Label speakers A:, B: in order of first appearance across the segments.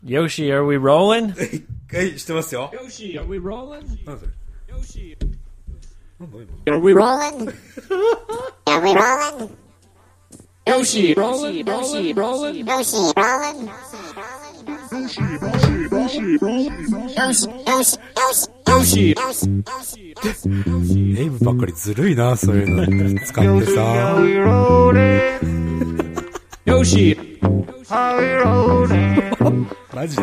A: Yoshi, are we rolling?
B: はい、知ってますよ。
C: Yoshi, are we rolling?
B: なんそれ
C: Yoshi,
B: なんだ今
C: are we rolling?
D: Rolling. Are we rolling?
C: Yoshi, rolling, rolling, rolling.
D: Yoshi, rolling. Yoshi, Yoshi, Yoshi, Yoshi, Yoshi, Yoshi, Yoshi.
B: ネームばっかりずるいな、そういうの使ってさ。
C: Yoshi,
B: マジで。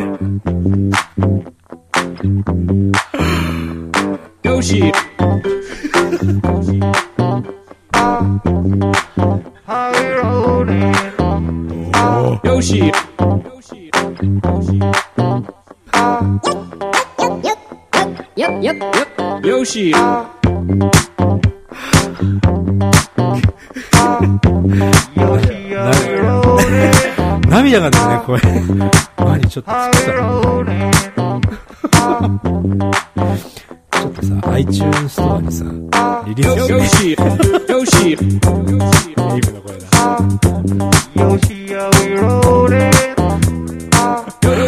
C: Yoshi. Yoshi, Yoshi,
D: Yup, yup, yup.
C: Yoshi,
B: 涙が出るね、これ。何ちょっと作った。ちょっとさ、iTunes とかにさ、リリースし
C: Yoshi, Yoshi, Yoshi.
B: ていいのこれだ。
C: Yo-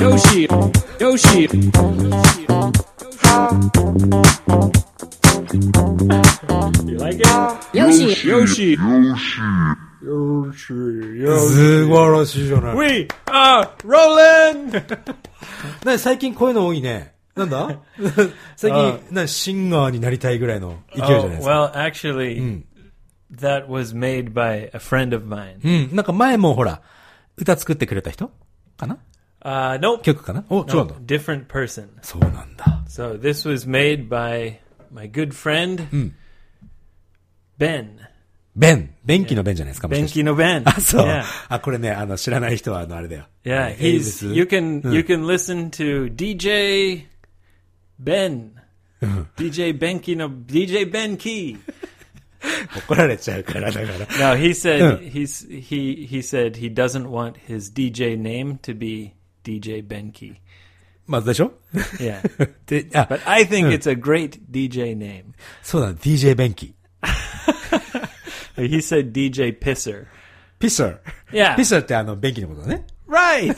C: Yoshi, Yoshi,
A: You like it?
D: Yoshi,
C: Yoshi,
B: すごらしいじゃない。
A: We are rolling!
B: なに最近こういうの多いね。なん だ最
A: あ
B: 近、なにシンガーになりたいぐらいの勢いじゃない
A: Oh,
B: です
A: well,
B: か。
A: actually, that was made by a friend of mine.
B: うん。なんか前もほら、歌作ってくれた人かな
A: Uh, nope.
B: 曲かなお、違うんだ
A: Nope,。different person.
B: そうなんだ。
A: So this was made by my good friend, Ben.
B: ベン。便器のベンじゃないですか。もしかして
A: Benki no Ben.
B: あ、そう
A: Yeah.。
B: あ、これね、あの、知らない人は、あの、あれだよ。
A: Yeah,
B: えー
A: he's
B: エイブス
A: you can you can listen to DJ Ben. DJ Benki no DJ Ben Key.
B: 怒られちゃうから、だから。
A: No, he said
B: Hmm.
A: he's he he said he doesn't want his DJ name to be DJ Benki.
B: まずでしょ
A: Yeah.
B: で、あ、
A: But I think it's a great DJ name.
B: そうだ、DJ 便器。
A: He said DJ Pisser.
B: ピッサー。
A: Yeah.
B: ピッサーってあの、便器のことだね。
A: Right.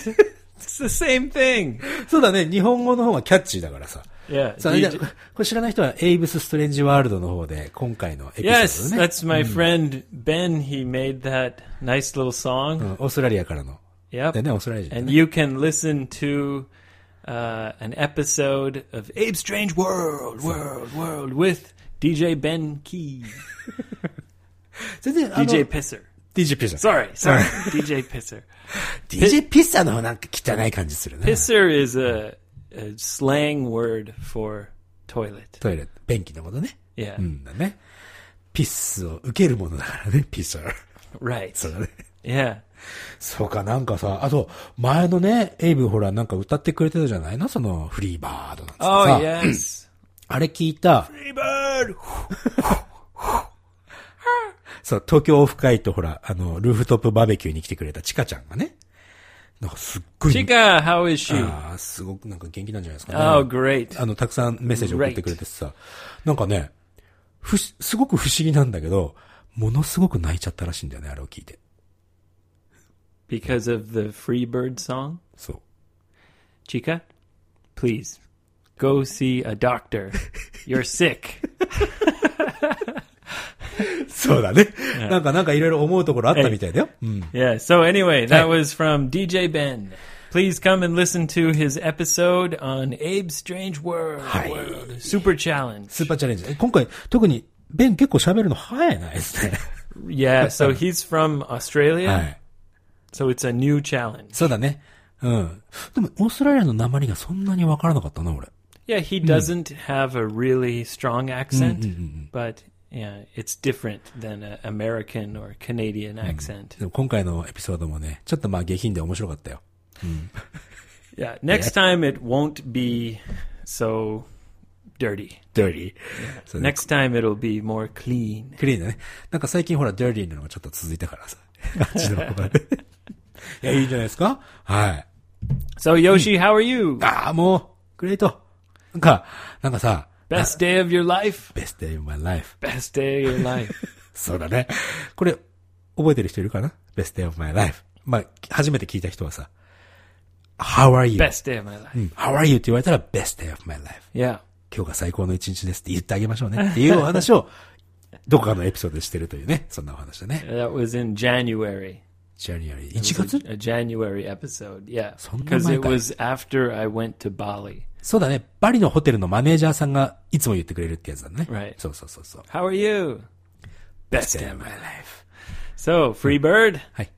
A: it's the same thing.
B: そうだね、日本語の方がキャッチーだからさ。
A: Yeah.
B: さあ、じゃあこれ知らない人は、エイブス・ストレンジ・ワールドの方で、今回のエピソー
A: Yes,
B: ドね。
A: that's my friend Ben. He made that nice little song.
B: うんオーストラリアからの。
A: Yep.
B: でね、オーストラリア人だ
A: And
B: ね。
A: you can listen to uh, an episode of Abe's Strange World, World, World with DJ Ben Key,
B: 全然、あの
A: DJ Pisser.
B: DJ ピッサー。
A: Sorry, sorry, DJ Pisser.
B: DJ ピッサーの方なんか汚い感じするね。
A: Pisser is a, a slang word for toilet.
B: トイレット、便器のことね。
A: Yeah,
B: うんだね。ピッスを受けるものだからね、ピッサー。
A: right.
B: そうだね。
A: Yeah,
B: そうか、なんかさ、あと、前のね、エイブほら、なんか歌ってくれてたじゃないのその、フリーバードなんつってさ。
A: Oh yes,
B: あれ聞いた、
A: Freebird.
B: そう、東京オフ会とほら、あの、ルーフトップバーベキューに来てくれたチカちゃんがね。なんかすっごい。
A: Chica, how is she?
B: ああ、すごくなんか元気なんじゃないですかね。
A: Oh, great.
B: あの、たくさんメッセージ送ってくれてさ。なんかね、ふし、すごく不思議なんだけど、ものすごく泣いちゃったらしいんだよね、あれを聞いて。
A: Because of the Freebird song.
B: そう。
A: Chica, please go see a doctor. You're sick.
B: そうだね。なんか、なんかいろいろ思うところあったみたいだよ。うん。
A: Yeah. So anyway, that was from DJ Ben. Please come and listen to his episode on Abe's Strange World,
B: Hi.
A: World Super Challenge.
B: スーパーチャレンジ。え今回、特に、ベン結構喋るの早いなですね。
A: Yeah. So he's from
B: は
A: Australia.
B: い。
A: So it's a new challenge.
B: そうだね。うん。でも、オーストラリアの鉛がそんなにわからなかったな、俺。
A: Yeah, he doesn't have a really strong accent, but yeah, it's different than an American or Canadian accent.
B: でも今回のエピソードもね、ちょっとまあ下品で面白かったよ。
A: Yeah. Next time it won't be so dirty.
B: dirty そうね
A: Next time it'll be more clean.
B: クリーンだね。なんか最近ほら、dirty なのがちょっと続いた からさ。あっちの方がねいや、いいんじゃないですかはい。
A: So Yoshi, how are you?
B: ああ、もう、グレート。なんか、なんかさ、
A: Best day of your life.
B: best day of my life.
A: Best day of your life.
B: そうだね。これ、覚えてる人いるかな ?best day of my life. まあ、初めて聞いた人はさ、 How are you?
A: Best day of my life.
B: うん How are you? って言われたら Best day of my life.
A: Yeah.
B: 今日が最高の一日ですって言ってあげましょうねっていうお話 を、どこかのエピソードでしてるというね、そんなお話だ ね。
A: That was in January.
B: January
A: It
B: 1
A: was
B: 月
A: a, a January episode. Yeah.
B: そんな
A: Because
B: 前
A: it
B: かい
A: was after I went to Bali.
B: そうだね。バリのホテルのマネージャーさんがいつも言ってくれるってやつだね。
A: Right.
B: そうそうそうそう。
A: How are you?
B: Best day of my life.
A: So, free bird.
B: はい。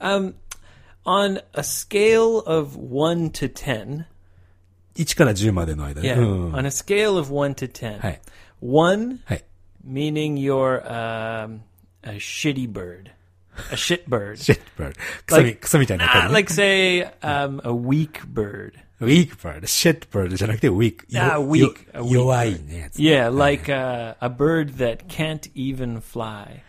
A: Um, on a scale of 1 to 10,
B: 1から10までの間ね。
A: yeah,
B: うん。
A: Hmm. on a scale of 1 to 10,
B: はい。
A: 1
B: はい。
A: meaning you're um, a shitty bird, a shit bird.
B: シェットバード。クソみ、
A: Like-
B: クソみたいな
A: Ah,
B: 感じ、ね。
A: like, say, um, a weak bird.
B: ウィークバード。シェットバードじゃなくてウィーク。
A: あ
B: よ
A: weak
B: よ
A: weak
B: 弱いねやつ。
A: Yeah, like uh, a bird that can't even fly.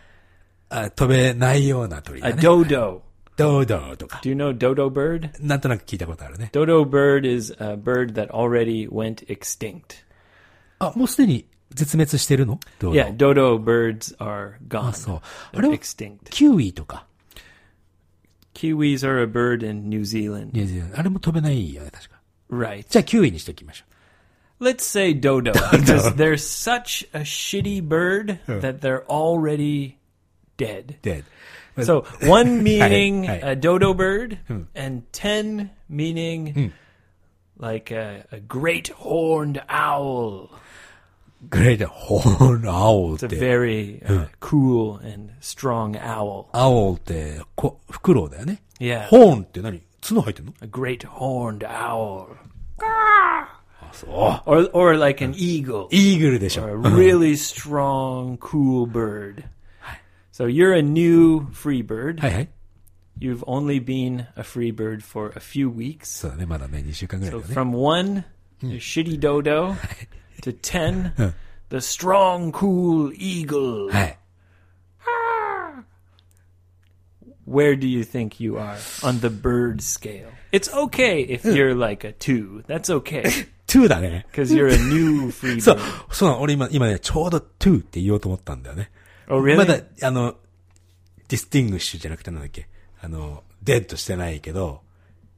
B: あ飛べないような鳥だ
A: A
B: ね。
A: dodo.
B: ドードーとか。
A: Do you know dodo bird?
B: なんとなく聞いたことあるね。
A: Dodo bird is a bird that already went extinct.
B: あ、もうすでに絶滅してるのドード
A: Yeah,
B: ー
A: dodo birds are gone.
B: そう。あ
A: They're
B: れは、
A: extinct.
B: キウイとか、
A: Kiwis are a bird in New Zealand.
B: ニュージーランドあれも飛べないよね、確か。
A: Right.
B: じゃあ、キウイにしておきましょ
A: Let's say dodo because they're such a shitty bird that they're already dead.
B: う。で、
A: So one meaning
B: Hey, hey.
A: a dodo bird, and ten meaning like a, a great horned owl.
B: グレート、ホーン、アオウっ
A: It's a
B: て、
A: very uh, cool and strong owl.
B: アオウって、こ、フクロウだよね。
A: Yeah.
B: ホーンって何角入ってんの
A: A great horned owl,
B: そう。
A: or or like an eagle,
B: イーグルでし
A: a
B: ょ。
A: really strong, cool bird. So you're a new free bird.
B: はいはい。
A: You've only been a free bird for a few weeks.
B: そうだね、まだね、2週間ぐらい
A: So
B: だね。
A: from one the shitty dodo to ten, the strong, cool eagle.
B: はい。
A: Where do you think you are on the bird scale? It's okay if you're like a two. That's okay
B: 2だね。
A: because you're a new free
B: そう
A: bird.、
B: そうなの、俺今、今ね、ちょうど2って言おうと思ったんだよね。
A: Oh, really?
B: まだ、あの、ディスティングッシュじゃなくてなんだっけ。あの、デッドしてないけど、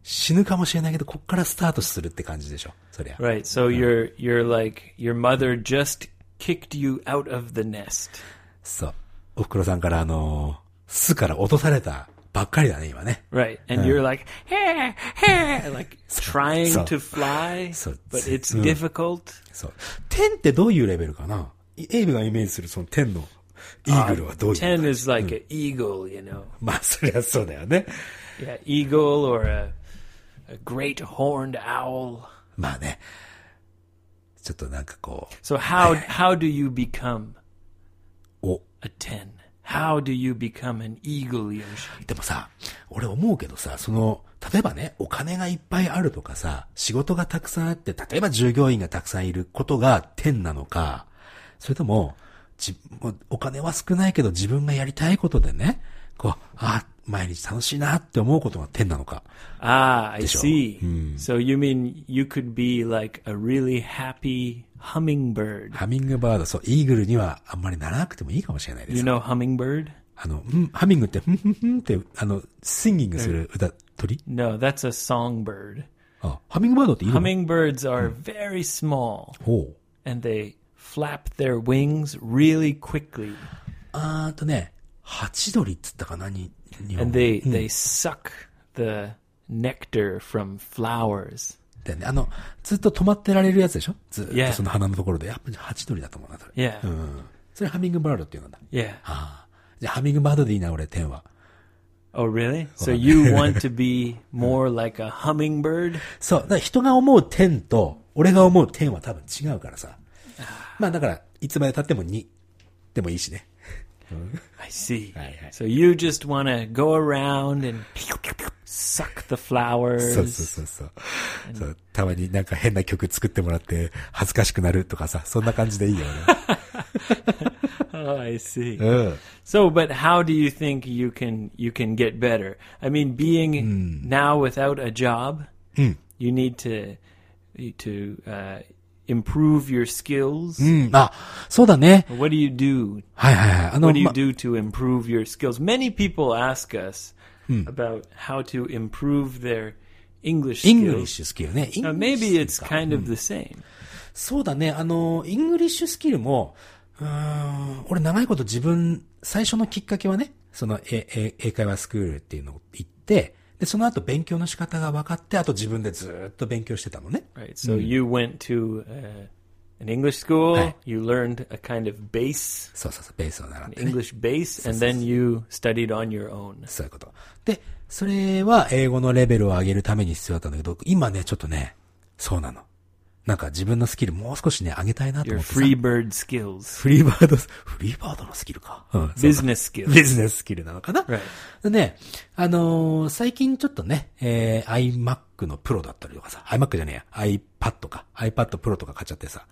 B: 死ぬかもしれないけど、こっからスタートするって感じでしょ。そりゃ。
A: Right. So you're you're like your mother just kicked you out of the nest.
B: そう。おふくろさんから、あのー巣から落とされたばっかりだね、今ね。
A: Right. And you're like, hey, hey, like trying
B: so-
A: to fly,
B: so-
A: but it's
B: mm.
A: difficult.
B: そう。天ってどういうレベルかなエイブがイメージするその天のイーグルはどういう
A: 10 is like an eagle, you know.
B: まあ、そりゃそうだよね。
A: Yeah, eagle or a a great horned owl.
B: まあね。ちょっとなんかこ
A: So how how do you become
B: う、お、
A: a 10? How do you become an eagle, Yoshi?
B: でもさ、俺思うけどさ、その、例えばね、お金がいっぱいあるとかさ、仕事がたくさんあって、例えば従業員がたくさんいることが天なのか、それとも、じ、もうお金は少ないけど自分がやりたいことでね、こう、あ、毎日楽しいなって思うことが天なのか。
A: Ah, I see.
B: Hmm.
A: So you mean you could be like a really happy hummingbird?
B: ハミングバード、そう、イーグルにはあんまりならなくてもいいかもしれないで
A: You
B: す。
A: know hummingbird?
B: あの、うんハミングって、ふんふんふんって、あの、シンギングする歌、鳥
A: No, that's a songbird.
B: あ、ハミングバードって
A: Hmm.
B: いるの
A: Hummingbirds are very small
B: ほう。
A: and they flap their wings really quickly
B: あーとね、ハチドリっつったかな、に、日本
A: and
B: 語
A: they they suck the nectar from flowers.
B: だよね。あの、ずっと止まってられるやつでしょずっ
A: Yeah.
B: とその鼻のところで。やっぱりハチドリだと思うな、それ。
A: Yeah.
B: うん。それハミングバードっていうのだ。
A: Yeah.
B: じゃあハミングバードでいいな、俺、天は。
A: Oh, really? So you want to be more like a hummingbird?
B: そう。だから人が思う天と、俺が思う天は多分違うからさ。まあだから、いつまで経っても2でもいいしね。
A: I see.
B: Aye, aye.
A: So you just want to go around and suck the
B: そうそう
A: flowers.
B: そうそうそう。たまになんか変な曲作ってもらって、恥ずかしくなるとかさ、そんな感じでいいよ、
A: Oh, I see.
B: 俺。うん。
A: So, but how do you think you can you can get better? I mean, being now without a job, you need to to uh, improve your skills.
B: うん。あ、そうだね。
A: What do you do
B: はいはいはい。あの、
A: What do you
B: ま
A: do to improve your skills? Many people ask us about how to improve their English
B: イングリッ
A: skills.
B: シュスキルね。
A: Now, maybe it's kind of the same.
B: そうだね。あの、イングリッシュスキルも、うーん、俺長いこと自分、最初のきっかけはね、その、え、え、英会話スクールっていうのを行って、で、その後勉強の仕方が分かって、あと自分でずーっと勉強してたのね。
A: Right. So you went to uh, an English school.
B: Hi.
A: You learned a kind of base,
B: そうそうそう、ベースを習っ
A: an
B: て、ね。
A: English base, and then you studied on your own.
B: そういうこと。で、それは英語のレベルを上げるために必要だったんだけど、今ね、ちょっとね、そうなの。なんか自分のスキルもう少しね、上げたいなと
A: Your
B: 思ってさ。
A: free bird skills,
B: フリーバード、フリーバードのスキルか。うん。そう
A: business skills.
B: ビジネススキルなのかな、
A: Right.
B: でね、あのー最近ちょっとね、えー、iMac のプロだったりとかさ、iMac じゃねえや、iPad か、iPad プロとか買っちゃってさ、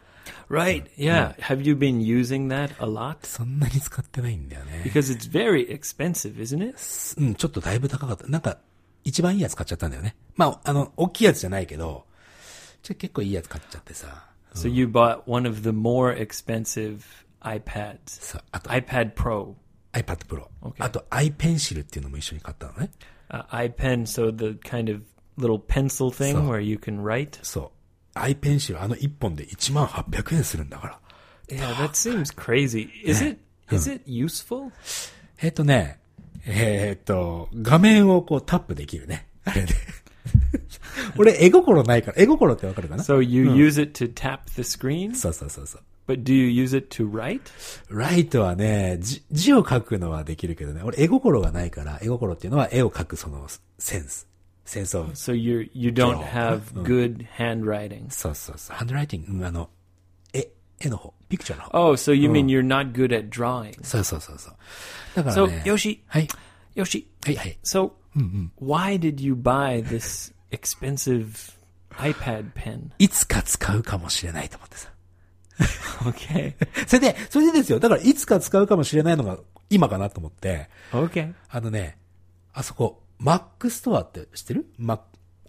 A: Right. Yeah. Have you been using that a lot?
B: そんなに使ってないんだよね。
A: Because it's very expensive, isn't it?
B: うん、ちょっとだいぶ高かった。なんか、一番いいやつ買っちゃったんだよね。まあ、あの、大きいやつじゃないけど、ちょ結構いいやつ買っちゃってさ、
A: So you bought one of the more expensive iPads,
B: さあと
A: iPad Pro,
B: iPad Pro。あと iPencil っていうのも一緒に買ったのね。
A: uh, iPen. So the kind of little pencil thing
B: So-
A: where you can write.
B: そう。iPencil、あの一本で1万800円するんだから。
A: Yeah, that seems crazy. Is it? Is it useful?
B: えっ、とね、えーっ、と、画面をこうタップできるね。あれね。 俺、絵心ないから、絵心ってわかるかなそ
A: So you use it to tap the screen,
B: うそうそうそう。
A: but do you use it to write?
B: ライトはね、字、字を書くのはできるけどね、俺絵心がないから、絵心っていうのは絵を描くそのセンス。センスを。
A: So you you don't
B: Draw.
A: have good handwriting.
B: そうそうそう。ハンドライティング、うんあの、絵、絵の方、ピクチャーの方。
A: Oh, so you mean you're not good at drawing?
B: そうそうそうそう。だか
A: So
B: らね。
A: Yoshi,
B: はい。
A: Yoshi,
B: はいはい。
A: so Mm-hmm. why did you buy this expensive iPad pen?
B: いつか使うかもしれないと思ってさ。
A: Okay,
B: それで、それでですよ。だから、いつか使うかもしれないのが今かなと思って、
A: okay.
B: あのね、あそこ、Mac ストアって知ってる ?Mac、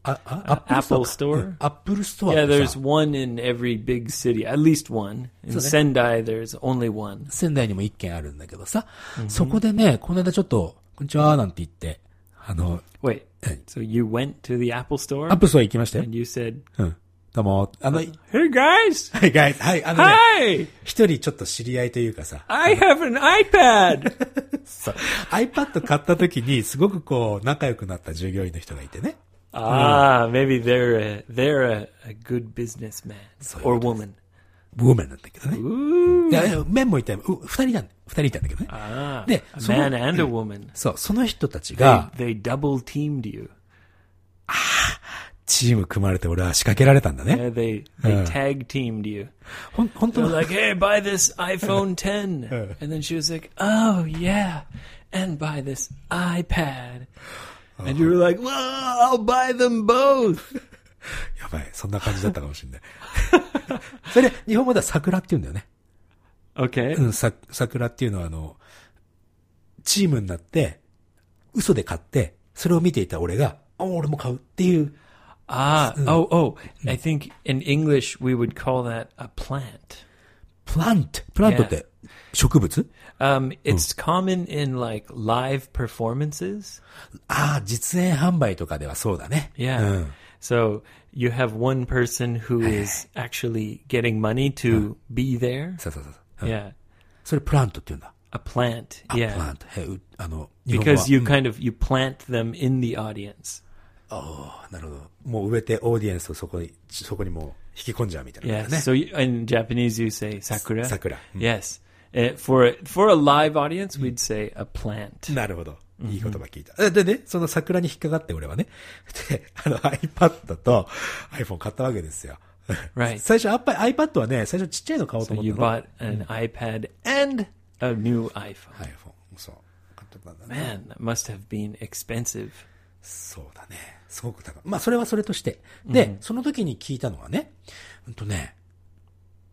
B: あ、あ、
A: Apple
B: アップルストア
A: Yeah,
B: って
A: there's
B: さ、
A: one in every big city, at least one. In
B: So that-
A: Sendai, there's only one.
B: 仙台にも一軒あるんだけどさ、そこでね、この間ちょっと、こんにちは、なんて言って、あの、
A: Wait,
B: Hey.
A: so you went to the Apple store
B: アップルストア行きましたよ
A: and。you said,
B: うん。どうも、あの、
A: "Hey guys,
B: はい、ガイズ、はい、あのね、
A: hi,
B: 一人ちょっと知り合いというかさ、
A: I have an iPad."
B: そう iPad 買った時に、すごくこう、仲良くなった従業員の人がいてね。
A: ah, maybe they're a, they're a, a good businessman or woman.
B: ウォーメンなんだけどね。いやいや、メンもいたよ。う二人なんだ。二人いたんだけどね。
A: Ah,
B: で、
A: a
B: そ
A: man
B: の、
A: and a woman.
B: そう、その人たちが、
A: They double teamed you.
B: チーム組まれて俺は仕掛けられたんだね。
A: Yeah, they they tag teamed you.
B: ほん、本当
A: They're
B: は、
A: like, "Hey, buy this iPhone 10," and then she was like, "Oh yeah," and buy this iPad. And you were like, "Well, I'll buy them both."
B: やばい、そんな感じだったかもしれない。 それで、日本語では桜って言うんだよね。
A: Okay.
B: うん、さ、桜っていうのはあの、チームになって、嘘で買って、それを見ていた俺が、あ、俺も買うっていう。
A: Ah, oh, oh. I think in English we would call that a plant.
B: プラント。プラントって、植物
A: Um, it's common in like live performances.
B: ああ、実演販売とかではそうだね。
A: Yeah.
B: うん。
A: So you have one person who is actually getting money to be there.
B: そうそうそうそう。うん
A: Yeah.
B: それプラントって言うんだ。
A: A plant. Mm.
B: あ、プ
A: Yeah.
B: ラント。へうあの、日本語は
A: Because you kind of you plant them in the audience.
B: ああ、なるほど。もう植えてオーディエンスをそこに、そこにもう引き込んじゃうみたいな
A: Yes.
B: ことだね。
A: So you, in Japanese you say sakura. Mm.
B: sakura. Mm.
A: Yes. Uh, for a, for a live audience we'd say a plant.
B: なるほど。いい言葉聞いた。えでね、その桜に引っかかって俺はね、 で、あの iPad と iPhone 買ったわけですよ。
A: Right.
B: 最初、アッパ iPad はね、最初ちっちゃいの買おうと
A: So
B: 思っ
A: you
B: たの。
A: bought an iPad and a new iPhone.
B: iPhone。そう。買っちゃったんだね。
A: Man, that must have been expensive.
B: そうだね。すごく高い。まあ、それはそれとして。で、その時に聞いたのはね、うんとね、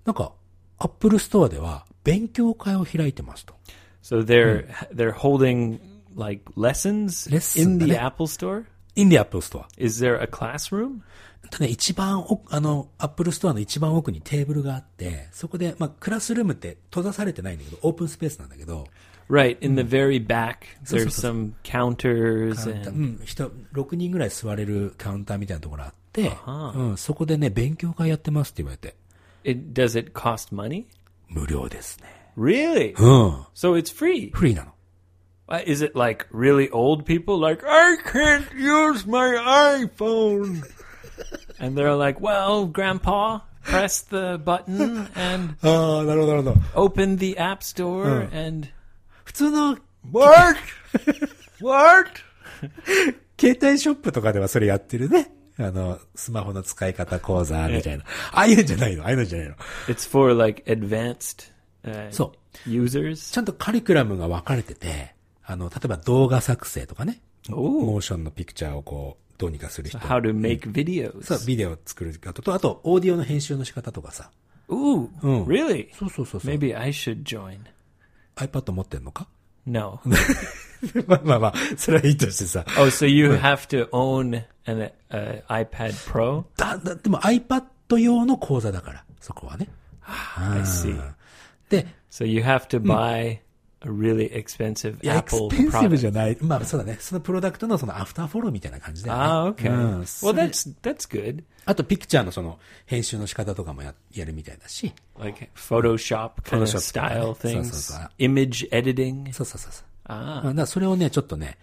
B: なんか、アップルストアでは勉強会を開いてますと。
A: So they're they're holding like Mm. lessons
B: Lesson,
A: in the
B: yeah.
A: Apple Store.
B: in the Apple Store.
A: Is there a classroom?
B: ただ一番奥、あの、アップルストアの一番奥にテーブルがあって、そこで、まあ、クラスルームって閉ざされてないんだけど、オープンスペースなんだけど、
A: Right in the very back,
B: So,
A: there's
B: so,
A: some
B: so,
A: counters
B: う
A: and
B: ん、人、6人ぐらい座れるカウンターみたいなところあって、うん、そこでね、勉強会やってますって言われて、
A: it does it cost money?
B: 無料ですね。
A: Really?
B: うん、
A: So it's free.
B: フリーなの。
A: Uh, Is it like really old people like I can't use my iPhone? and they're like, "Well, grandpa, press the button and
B: ああ、なるほど、なるほど。
A: open the app store and
B: 普通の
A: what? what?"
B: 携帯ショップとかではそれやってるね。あの、スマホの使い方講座みたいな。ああいうんじゃないのああいうんじゃないの
A: It's for like advanced uh,
B: そう。
A: users.
B: ちゃんとカリクラムが分かれてて、あの、例えば動画作成とかね。モーションのピクチャーをこう、どうにかする人。
A: How to make videos.
B: そう、ビデオ作る方と、あと、オーディオの編集の仕方とかさ。
A: Ooh,
B: Oh.
A: really?
B: そうそうそうそう。
A: Maybe I should join.
B: iPad 持ってんのか
A: No.
B: まあまあまあ、それはいいとしてさ。
A: oh, so you have to own an uh, iPad Pro?
B: だ、だ、でも iPad 用の講座だから、そこはね。
A: I see.
B: で、
A: So you have to buy a really expensive
B: いや、エク
A: Apple
B: スペンシブ
A: product.
B: じゃない。まあそうだね。そのプロダクトのそのアフターフォローみたいな感じだよね。
A: Ah, okay.
B: うん
A: well,
B: それ
A: that's that's good.
B: あとピクチャーのその編集の仕方とかもややるみたいだし。
A: Like Photoshop kind
B: Photoshop
A: of style
B: とかね。
A: things,
B: そうそうそう。
A: image editing.
B: そうそうそうそう。ああ。だからそれをね、ちょっとね、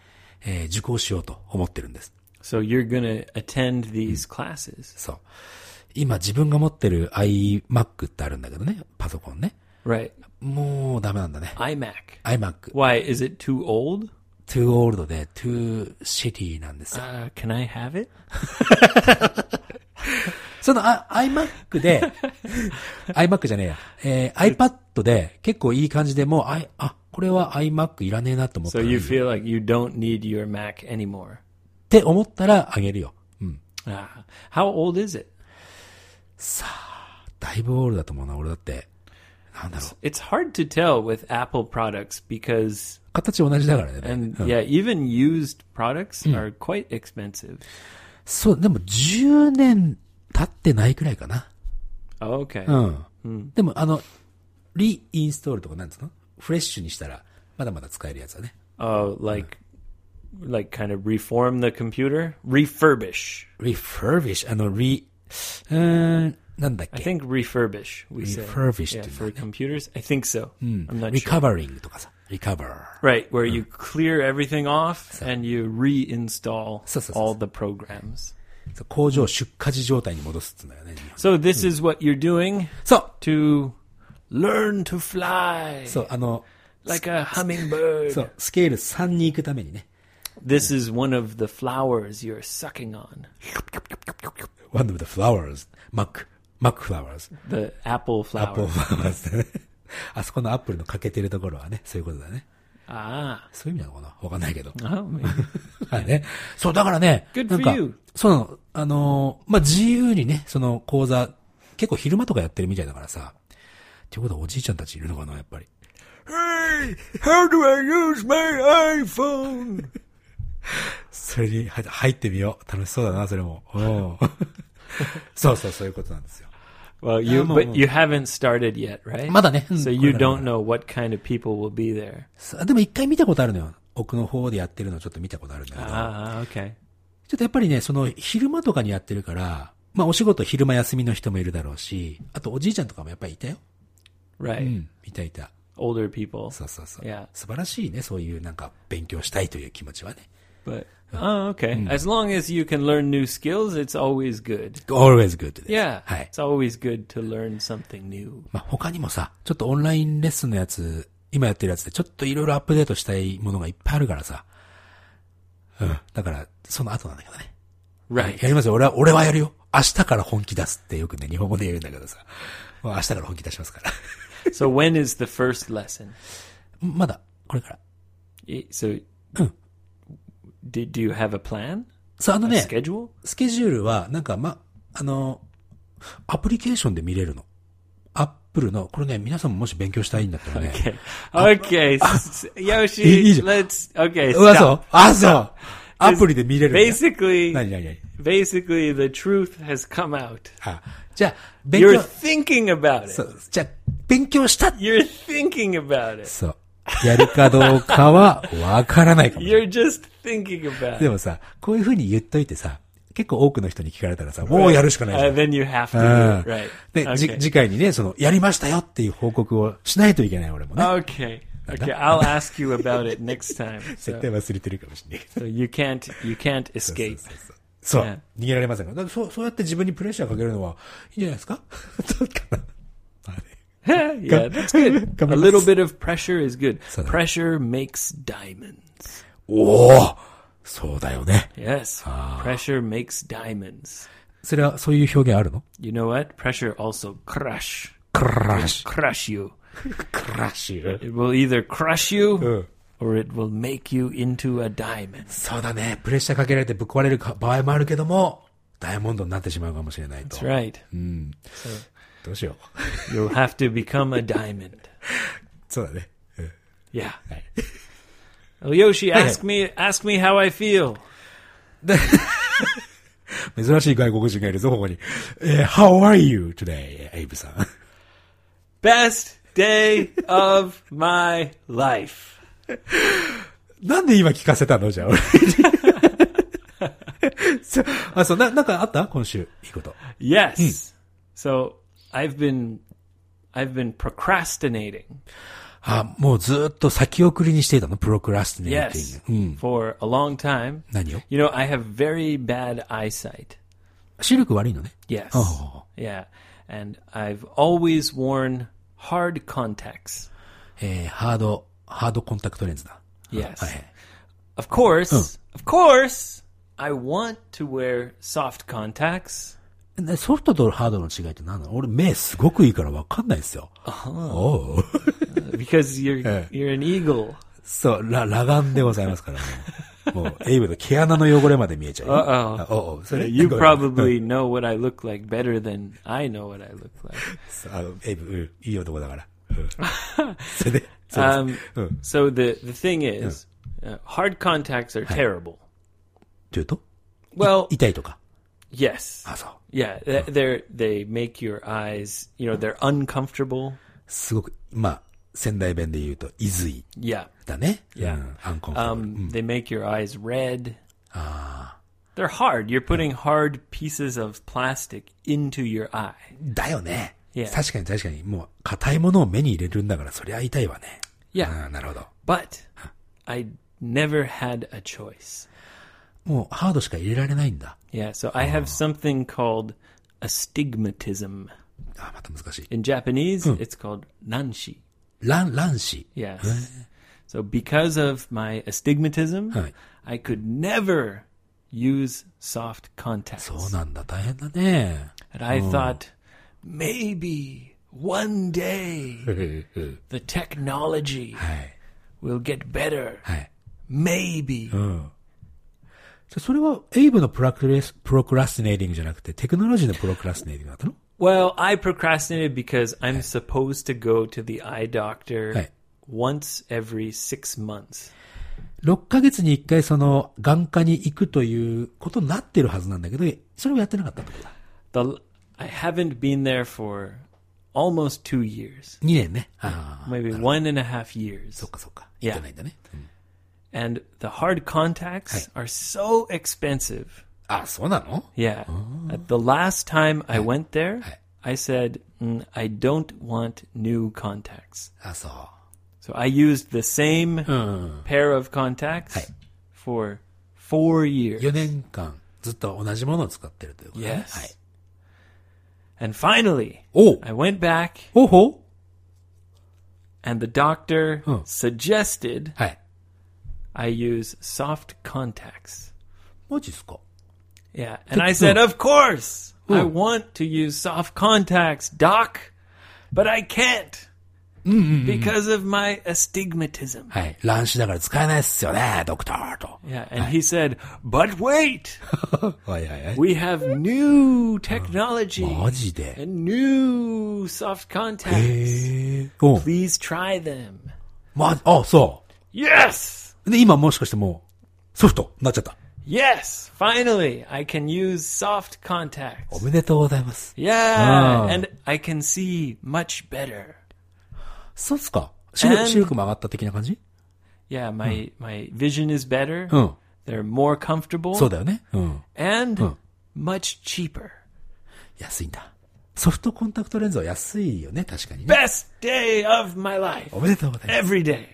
B: えー受講しようと思ってるんです。
A: So you're gonna attend these classes,
B: そう。今自分が持ってる iMac ってあるんだけどね。パソコンね。
A: right?
B: もうダメなんだね。
A: iMac.
B: iMac。
A: Why is it too old?
B: too old で too shitty なんですよ。
A: Uh, can I have it?
B: そのあ iMac で、iMac じゃねえや、えー iPad で結構いい感じでもう、あいあ、これは iMac いらねえなと思った
A: So
B: らいい
A: you
B: っ
A: feel like you don't need your Mac anymore.
B: て思ったらあげるよ。うん。
A: Ah, how old is it?
B: だいぶオールだと思うな、俺だって。なんだろう。
A: It's hard to tell with Apple products because,
B: 形同じだからね。
A: and
B: うん
A: yeah, even used products
B: Hmm.
A: are quite expensive.
B: そう、でも10年経ってないくらいかな。
A: Oh, okay.
B: うん。でもあの、リインストールとかなんつうのフレッシュにしたら、まだまだ使えるやつだね。
A: Oh, like, like kind of reform the computer, refurbish.
B: refurbish, あの、re、うーん、なんだっ
A: I
B: け
A: think refurbish. We say
B: Refurbished,
A: yeah,
B: Hmm. isn't
A: for
B: it?
A: computers. I think so. I'm not sure.
B: recovering とかさ、recover.
A: Right,
B: Hmm.
A: where you clear everything off and you reinstall
B: So, so, so,
A: all
B: so.
A: the programs.
B: そう工場出荷時状態に戻すっつうんだよね。日本
A: So this is what you're doing
B: そう、
A: to learn to fly
B: そう、あの、
A: like a hummingbird.
B: そう、スケール3に行くためにね。
A: This is one of the flowers you're sucking on.
B: one of the flowers, Mac, Mac flowers,
A: The apple flower.
B: apple flowers ね。 あそこのアップルの欠けてるところはね、そういうことだね。
A: Ah.
B: そういう意味なのかなわかんないけど。
A: Oh, maybe.
B: はいね。そう、だからね、
A: Good
B: なんか
A: for you.、
B: そうなの、あのーまあ、自由にね、その講座、結構昼間とかやってるみたいだからさ、っていうことはおじいちゃんたちいるのかな、やっぱり。
A: hey, how do I use my iPhone?
B: それには入ってみよう。楽しそうだな、それも。 おうそうそう、そういうことなんですよ。
A: Well, you
B: Um,
A: but you haven't started yet, right?
B: まだね。うん
A: So
B: これ
A: you
B: だ
A: don't know what kind of people will be there.
B: そうでも一回見たことあるのよ。奥の方でやってるのちょっと見たことあるんだけど。
A: Ah, okay.
B: ちょっとやっぱりね、その昼間とかにやってるから、まあお仕事昼間休みの人もいるだろうし、あとおじいちゃんとかもやっぱりいたよ。
A: Right.
B: うん。いたいた。
A: Older people.
B: そうそうそう。
A: いや
B: 素晴らしいね、そういうなんか勉強したいという気持ちはね。
A: But oh, okay. As long as you can learn new skills, it's always good.
B: always good です。
A: Yeah.
B: はい。
A: It's always good to learn something new.
B: まあ他にもさ、ちょっとオンラインレッスンのやつ、今やってるやつでちょっといろいろアップデートしたいものがいっぱいあるからさ。うん。だから、その後なんだけどね。
A: Right.
B: やりますよ。俺は、俺はやるよ。明日から本気出すってよくね、日本語で言うんだけどさ。まあ明日から本気出しますから。
A: So when is the first lesson?
B: まだ、これから。
A: Y- So
B: Mm.
A: do, do you have a plan?
B: さあ、あの
A: A
B: ね、
A: schedule?
B: スケジュールは、なんか、ま、あの、アプリケーションで見れるの。アップルの、これね、皆さんももし勉強したいんだったらね。
A: Okay. Okay. s-
B: Easy. Oh,
A: Yoshi, let's okay,
B: うわ、そ
A: stop.
B: う。あ、そう。アプリで見れるんだよ。
A: Basically,
B: 何何何
A: basically, the truth has come out.
B: あ、じゃあ、勉
A: You're
B: 強、
A: thinking about it.
B: そう、じゃあ、勉強した
A: You're thinking about it.
B: そう。やるかどうかは、わからないかもしれな
A: You're
B: い
A: just thinking about
B: で
A: it.
B: もさ、こういう風に言っといてさ、結構多くの人に聞かれたらさ、もうやるしかないじゃん
A: Uh, then you have to
B: う
A: do
B: ん
A: it. Right.
B: で、じ
A: okay.
B: 次回にね、その、やりましたよっていう報告をしないといけない俺もね。
A: okay. Okay. I'll ask you about it next time.
B: 絶対
A: So,
B: 忘れてるかもしれない
A: so
B: けど。
A: you can't you can't escape.
B: そう
A: ね。
B: 逃げられませんから。だからそう、そうやって自分にプレッシャーかけるのはいいんじゃないですか どうかな。まあね
A: yeah, that's good. A
B: 頑張ります。
A: little bit of pressure is good.
B: そうだね。
A: Pressure makes diamonds.
B: おおそうだよね。
A: Yes. Pressure makes diamonds.
B: それは、そういう表現あるの
A: You know what? Pressure also crush
B: クラッシュ。
A: crush you.
B: クラッシュ。
A: It will either crush you
B: うん。
A: or it will make you into a diamond.
B: そうだね。プレッシャーかけられてぶっ壊れるか場合もあるけども、ダイヤモンドになってしまうかもしれないと。
A: That's right.
B: どうしよう。
A: You'll have to become a diamond.
B: そうだね。うん。
A: Yeah.
B: はい。
A: Well, Yoshi, ask me ask me how I feel.
B: 珍しい外国人がいるぞ、ここに。えー How are you today, エイブさん。
A: Best day of my life.
B: なんで今聞かせたのじゃあ、 俺にそうあ、そう、な、なんかあった今週。いいこと。
A: Yes. So I've been I've been procrastinating.
B: あ、もうずっと先送りにしていたのプロクラスティネーティ
A: Yes.
B: ング。うん。
A: For a long time.
B: 何を
A: You know, I have very bad eyesight.
B: 視力悪いのね。
A: Yes.
B: Oh.
A: Yeah. And I've always worn hard contacts.
B: えーハード、ハードコンタクトレンズだ。
A: Yes.
B: はい。
A: Of course. Of course. I wantと wear soft contacts.
B: ねソフトとハードの違いって何なの俺目すごくいいからわかんないですよ。おう
A: Because you're
B: Eh.
A: you're an eagle.
B: そう、ら、裸眼でございます からね。もう、エイブの毛穴の汚れまで見えちゃうよ。
A: Uh-oh.
B: あおうおうそれ
A: You
B: ごめん
A: probably know what I look like better than I know what I look like.
B: あの、エイブ、うんいい男だから。うん それで、そうです
A: Um,
B: うん。
A: so the the thing is, uh, hard contacts are terrible.
B: というと
A: Well,
B: 痛いとか。
A: yes,
B: あ、そう。
A: yeah, th- they're they make your eyes, you know, they're uncomfortable.
B: すごく、まあ、仙台弁で言うと、いずい
A: Yeah,
B: だね。い
A: や
B: アンコンフォーブル
A: um, they make your eyes red. They're hard. You're putting hard pieces of plastic into your eye.
B: だよね。
A: Yeah.
B: 確かに確かに、もう、硬いものを目に入れるんだから、そりゃ痛いわね。
A: Yeah.
B: うんなるほど。
A: But I never had a choice.
B: もう、ハードしか入れられないんだ。
A: Yeah, so I have something called astigmatism.
B: あ、また難しい。
A: In Japanese, it's called nanshi.
B: 乱、乱視。
A: Yes. So because of my astigmatism,
B: Hi.
A: I could never use soft contacts.
B: そうなんだ、大変だね。
A: and I thought maybe one day
B: は
A: the technology
B: い。
A: will get better.
B: はい。
A: Maybe.
B: うん。じゃあそれは、エイブのプラクレス、プロクラスティネーティングじゃなくて、テクノロジーのプロクラスティネーティングだったの
A: Well, I procrastinated because I'm supposed to go to the eye doctor
B: Hi.
A: once every 6 months.
B: 6ヶ月に1回その、眼科に行くということになってるはずなんだけど、それをやってなかったってことだ。
A: The I haven't been there for almost 2 years.
B: 2年ね。ああ。
A: Maybe one and a half years.
B: そっかそっか。
A: Yeah.
B: 行ってないんだね。うん
A: and the hard contacts are so expensive.
B: あ、そうなの
A: Yeah. At the last time I went there,
B: Oh. Hey.
A: I said, mm, I don't want new contacts.
B: あ、そう。
A: So I used the same
B: Uh. うん。
A: pair of contacts
B: Hey.
A: for four years.
B: 4年間、ずっと同じものを使ってるということね。
A: Yes.
B: はい。
A: And finally,
B: おう
A: I went back,
B: おほ
A: and the doctor
B: Huh.
A: suggested
B: はい。
A: I use soft contacts.
B: マジっすか
A: Yeah. And I said, Of course, I
B: Huh.
A: want to use soft contacts, doc, but I can't
B: Mm-hmm.
A: because of my astigmatism.
B: はい。乱視だから使えないっすよね、ドクターと。
A: Yeah. And he said, But wait,
B: はいはいはい。
A: we have new technology
B: マジで。
A: and new soft contacts.
B: えー。おう
A: Please try them.
B: ま、あ、そ
A: Yes.
B: う。で、今もしかしてもう、ソフト、なっちゃった。
A: Yes, finally, I can use soft contacts.
B: おめでとうございます。
A: Yeah,
B: Oh, Ah.
A: and I can see much better.
B: そうっすか視力
A: And-
B: 視力も上がった的な感じ
A: Yeah, my my vision is better.
B: うん。
A: They're more comfortable
B: そうだよね。うん。
A: and
B: Hmm.
A: much cheaper.
B: 安いんだ。ソフトコンタクトレンズは安いよね、確かにね。
A: Best day of my life.
B: おめでとうございます。
A: Every day.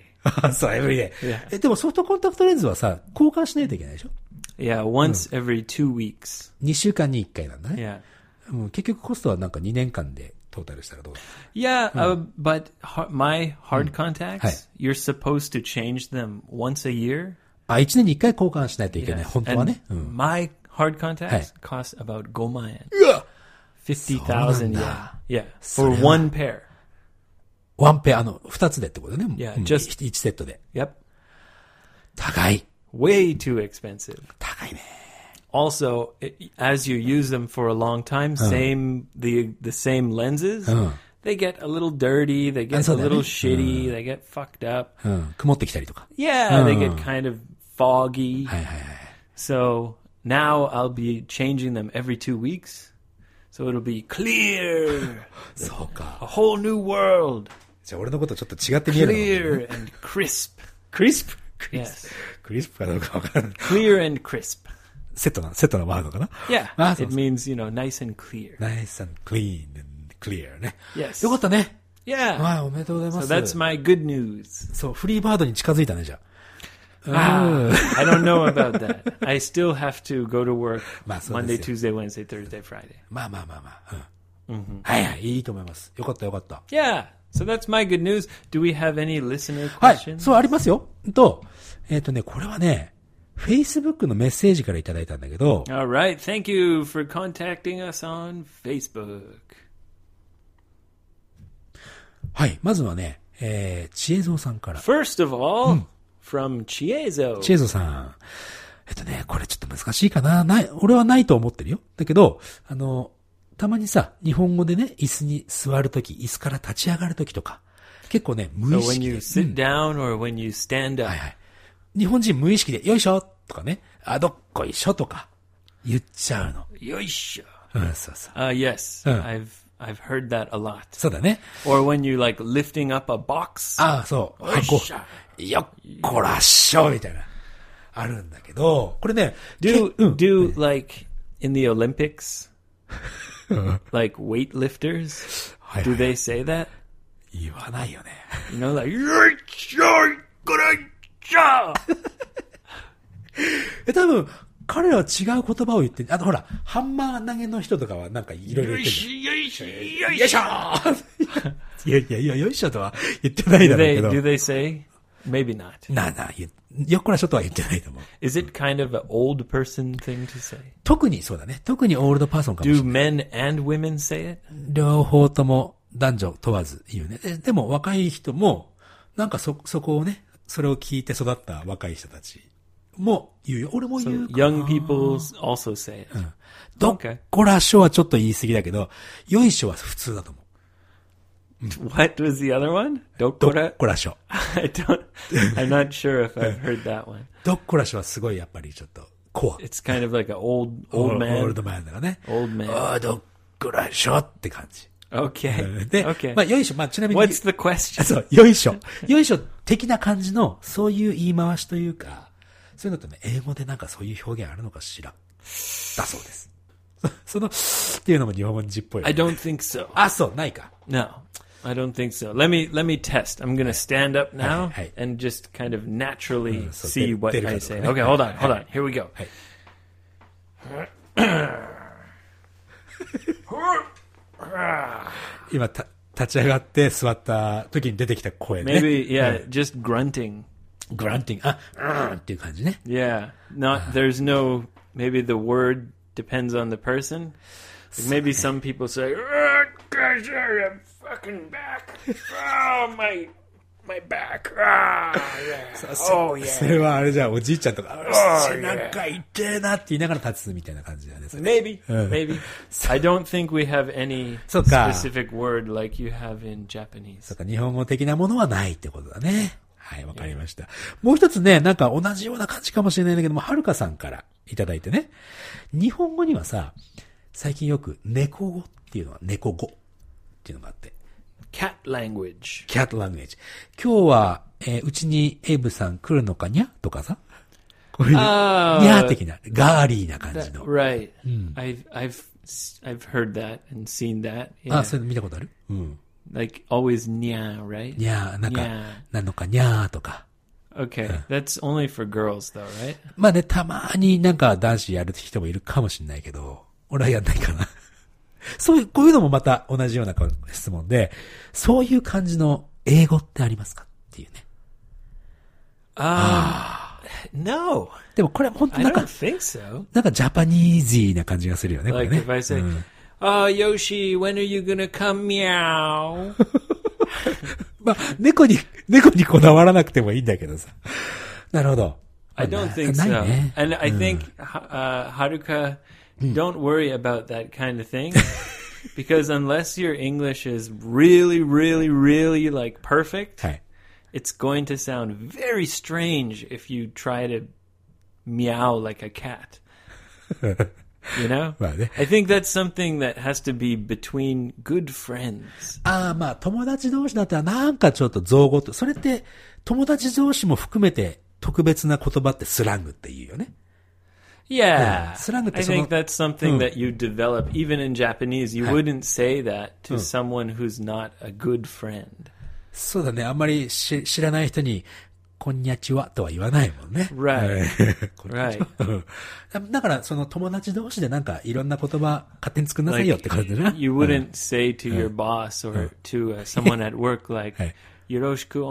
B: あ そう、エブリデイ。え、でもソフトコンタクトレンズはさ、交換しないといけないでしょ
A: Yeah, once every 2 weeks.
B: ?2 週間に1回なんだね。
A: Yeah.
B: うん、結局コストはなんか2年間でトータルしたらどうだ
A: Yeah, uh, but har- my hard contacts,
B: Hmm. Hi.
A: you're supposed to change them once a year.
B: あ、1年に1回交換しないといけない。本当は
A: And
B: ね。うん。
A: my hard contacts
B: Hmm. Hi.
A: cost about gomayan.
B: うわ
A: 50,000
B: So
A: yen. Yeah, for
B: それは-
A: one pair.
B: ワンペア、あの、2つでってことね。
A: Yeah,
B: うん
A: just-
B: 1セットで。
A: Yep.
B: 高い。
A: Way too expensive.
B: 高いね。
A: also it, as you use them for a long time same the the same lenses
B: Uh.
A: they get a little dirty they
B: And
A: get
B: so
A: a
B: then
A: little
B: it-
A: shitty they get fucked up
B: うん。曇ってきたりとか。
A: yeah they get
B: Uh.
A: kind of foggy
B: はいはいはい。
A: so now i'll be changing them every 2 weeks so it'll be clear
B: そうか。
A: a whole new world
B: じゃあ俺のことちょっと違って見えるのかもね
A: clear and crisp
B: クリスプクリス
A: yes
B: プ。クリスプかどうかわからない。
A: clear and crisp
B: セットな、セットなワードかな
A: yeah
B: あ、そう
A: it
B: そう。
A: means you know nice and clear
B: nice and clean and clear ね。
A: Yes
B: よかったね。はい、
A: yeah
B: おめでとうございま
A: so
B: す。
A: that's my good news
B: そう、フリーバードに近づいたね、じゃあ。
A: Ah, I don't know about that. I still have to go to work
B: まあ、そうですよ。
A: Monday, Tuesday, Wednesday, Thursday, Friday.
B: まあまあまあまあ。うん。はいはい、いいと思います。よかったよかった。
A: Yeah. So that's my good news. Do we have any listener
B: はい、
A: questions?
B: そうありますよ。うんと、えっ、とね、これはね、Facebook のメッセージからいただいたんだけど、
A: All right. Thank you for contacting us on Facebook.
B: はい、まずはね、えー、ちえぞうさんから。
A: First of all, from Chiezo.
B: チェイゾさん。えっとね、これちょっと難しいかな。ない、俺はないと思ってるよ。だけど、あの、たまにさ、日本語でね、椅子に座るとき、椅子から立ち上がるときとか、結構ね、無
A: So
B: 意
A: when
B: 識で
A: you。sit down or when you stand up.
B: はいはい。日本人無意識で、よいしょとかね、あ、どっこいしょとか、言っちゃうの。
A: Yoisho.
B: うん、そうそう。
A: Uh, yes.
B: Uh.
A: I've I've heard that a lot.
B: そうだね。
A: Or when you like lifting up a box.
B: ああ、そう。
A: いしょ
B: 箱。よっこらっしょみたいな。あるんだけど、これね、
A: do
B: けうん、
A: do like in the Olympics, like weightlifters,
B: Hi,
A: do
B: hi,
A: they say that?
B: 言わないよね。
A: You know, like "Yoicho, goracho."
B: え、多分、彼らは違う言葉を言って、あとほら、ハンマー投げの人とかはなんかいろいろ言ってるじ
A: Yoishi,
B: ゃん。
A: yoishi.
B: よいしょい やいやいや、よいしょとは言ってない
A: do
B: だろう
A: they
B: けど。
A: do they say? Maybe not.
B: なあなあ、言うよっこらしょとは言ってないと思う。
A: Is it kind of an old person thing to say?
B: 特にそうだね。特にオールドパーソンかもしれな
A: Do
B: い。
A: men and women say it?
B: 両方とも男女問わず言うね。ででも若い人も、なんかそ、そこをね、それを聞いて育った若い人たちも言うよ。俺も言う
A: So
B: かな
A: young people s- also say
B: Uh.
A: it.
B: どっ
A: Okay.
B: こらしょはちょっと言い過ぎだけど、よいしょは普通だと思う。
A: What was the other one?
B: ど
A: Dokora?
B: っこらしょ。
A: I don't. I'm not sure if I've heard that one.
B: どっこらしょはすごいやっぱりちょっと、コア。
A: It's kind of like an old old
B: オール
A: man.
B: ドマンだからね。
A: Old man
B: ああ、どっこらしょって感じ。
A: Okay.
B: で、
A: okay.
B: まあ、よいしょ、まあ、ちなみに。
A: What's the question?
B: あ そう、よいしょ。よいしょ的な感じの、そういう言い回しというか、そういうのってね、英語でなんかそういう表現あるのかしら。だそうです。 その、っていうのも日本人っぽいよ
A: I
B: ね、
A: don't think so.
B: あ、そう、ないか。
A: No. I don't think so. Let me let me test. I'm gonna stand up now
B: Hey, hey.
A: and just kind of naturally
B: so
A: see
B: del-
A: what I
B: delicate,
A: say.
B: okay.
A: Okay, hold on, hold on. Here we go.
B: Hey. Hey. 今、た、立ち上がって座った時に出てきた声ね。
A: Maybe yeah, just grunting.
B: グランティング、あ、うんっていう感じね。
A: Yeah. Not there's no maybe the word depends on the person. Like maybe some people say, "Oh, gosh, I'm fucking back. Oh my my back. Ah, yeah. Oh
B: そ
A: yeah.
B: れはあれじゃあ、おじいちゃんとか、あ背中痛えなって言いながら立つみたいな感じだね。それ
A: Maybe, maybe. I don't think we have any
B: そっか
A: specific word like you have in Japanese.
B: そうか日本語的なものはないってことだね。はい、わかりました。もう一つね、なんか同じような感じかもしれないんだけども、はるかさんからいただいてね。日本語にはさ、最近よく猫語っていうのは猫語っていうのがあって、
A: Cat language.
B: キャットランゲージ。今日は、えーうちにエイブさん来るのかにゃとかさ。こういう、に
A: あー
B: ゃー的な、ガーリーな感じ
A: That-
B: の。
A: right. I've I've s- I've heard that and seen that.
B: あ、
A: Yeah.
B: そういうの見たことあるうん。
A: like always nya, right?
B: にゃー、なんか
A: にゃ、
B: なのかにゃーとか。
A: Okay. That's only for girls though, right?
B: まあね、たまになんか男子やる人もいるかもしれないけど、俺はやんないかな。 そういう、こういうのもまた同じようなこう質問で、そういう感じの英語ってありますかっていうね。
A: No.
B: でもこれは本当
A: I
B: なんか
A: don't、think so.
B: なんかジャパニーズーな感じがするよね、これ
A: Like
B: ね
A: if I。say,
B: うん
A: "Oh, Yoshi, when are you going to come meow?"
B: まあ、猫に、猫にこだわらなくてもいいんだけどさ。なるほど。
A: I don't think
B: な
A: so.
B: ないね。
A: And I think uh, Haruka, don't worry about that kind of thing. because unless your English is really, really, really like perfect,
B: はい。
A: it's going to sound very strange if you try to meow like a cat. you know?
B: Right, yeah.
A: I think that's something that has to be between good friends.
B: ああ、まあ、友達同士だったらなんかちょっと造語と、それって、友達同士も含めて特別な言葉ってスラングって言うよね。
A: Yeah. Hmm.
B: スラングって
A: I
B: その-
A: think that's something
B: うん。
A: that you develop even in Japanese. You
B: はい。
A: wouldn't say that to someone who's not a good friend.
B: そうだね。あんまりし知らない人に、こんにゃちはとは言わないもんね。
A: Right.
B: はい こんにち
A: Right.
B: はうんだから、その友達同士でなんかいろんな言葉勝手に作んなさいよって感じだな。
A: You wouldn't say to your boss or to uh, someone at work like
B: はい。
A: "Yoroshiku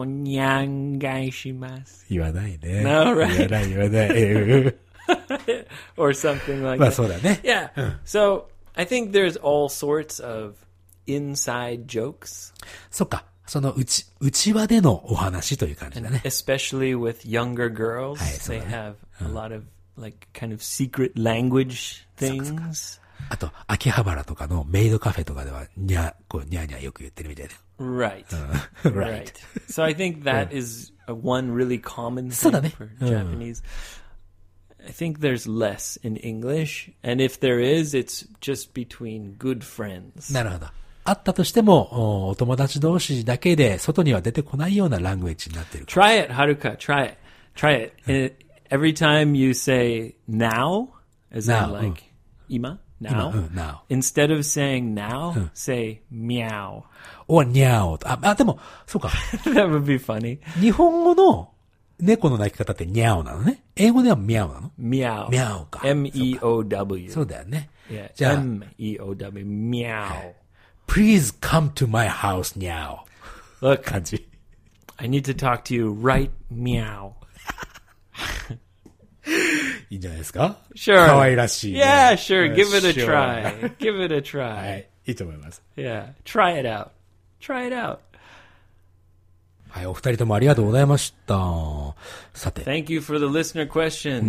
A: onyangaishimasu"
B: 言わないね。
A: No, right.
B: 言わない、言わないえー。
A: or something like
B: まあ
A: that.
B: そうだね。
A: Yeah. So I think there's all sorts of inside jokes,
B: そっか。そのうち、内輪でのお話という感じだね。
A: especially with younger girls. they have a lot of like kind of secret language things.
B: あと、秋葉原とかのメイドカフェとかでは、にゃ、こう、にゃにゃよく言ってるみたいだよ
A: Right.
B: right.
A: Right. So I think that is a one really common
B: そうだね。
A: thing for
B: うん。
A: Japanese. I think there's less in English, and if there is, it's just between good friends.
B: なるほど。あったとしても、おお友達同士だけで外には出てこないようなラングエッジになってるから。
A: Try it, Haruka. Try it. Try it. Uh, every time you say now, as
B: Now,
A: in like ima, now,
B: うん、now.
A: instead of saying now, say meow.
B: おにゃおと。あ、あ、でも、そう か。
A: that would be funny.
B: 日本語の猫の鳴き方ってにゃおなのね。英語ではみゃおなの
A: Meow.
B: みゃおか。
A: M E O W.
B: そうだよね。
A: Yeah.
B: じゃあ、
A: M E O W. Meow.
B: please come to my house にゃお。
A: Look,
B: 感じ。
A: I need to talk to you right meow.
B: いいんじゃないですか
A: Sure.
B: 可愛らしいね。
A: Yeah, sure.
B: うん
A: Give it a
B: Uh, sure.
A: try. Give it a try.
B: はい。いいと思います。
A: Yeah. Try it out. Try it out.
B: はい、お二人ともありがとうございました。さて、
A: Thank you for the listener questions.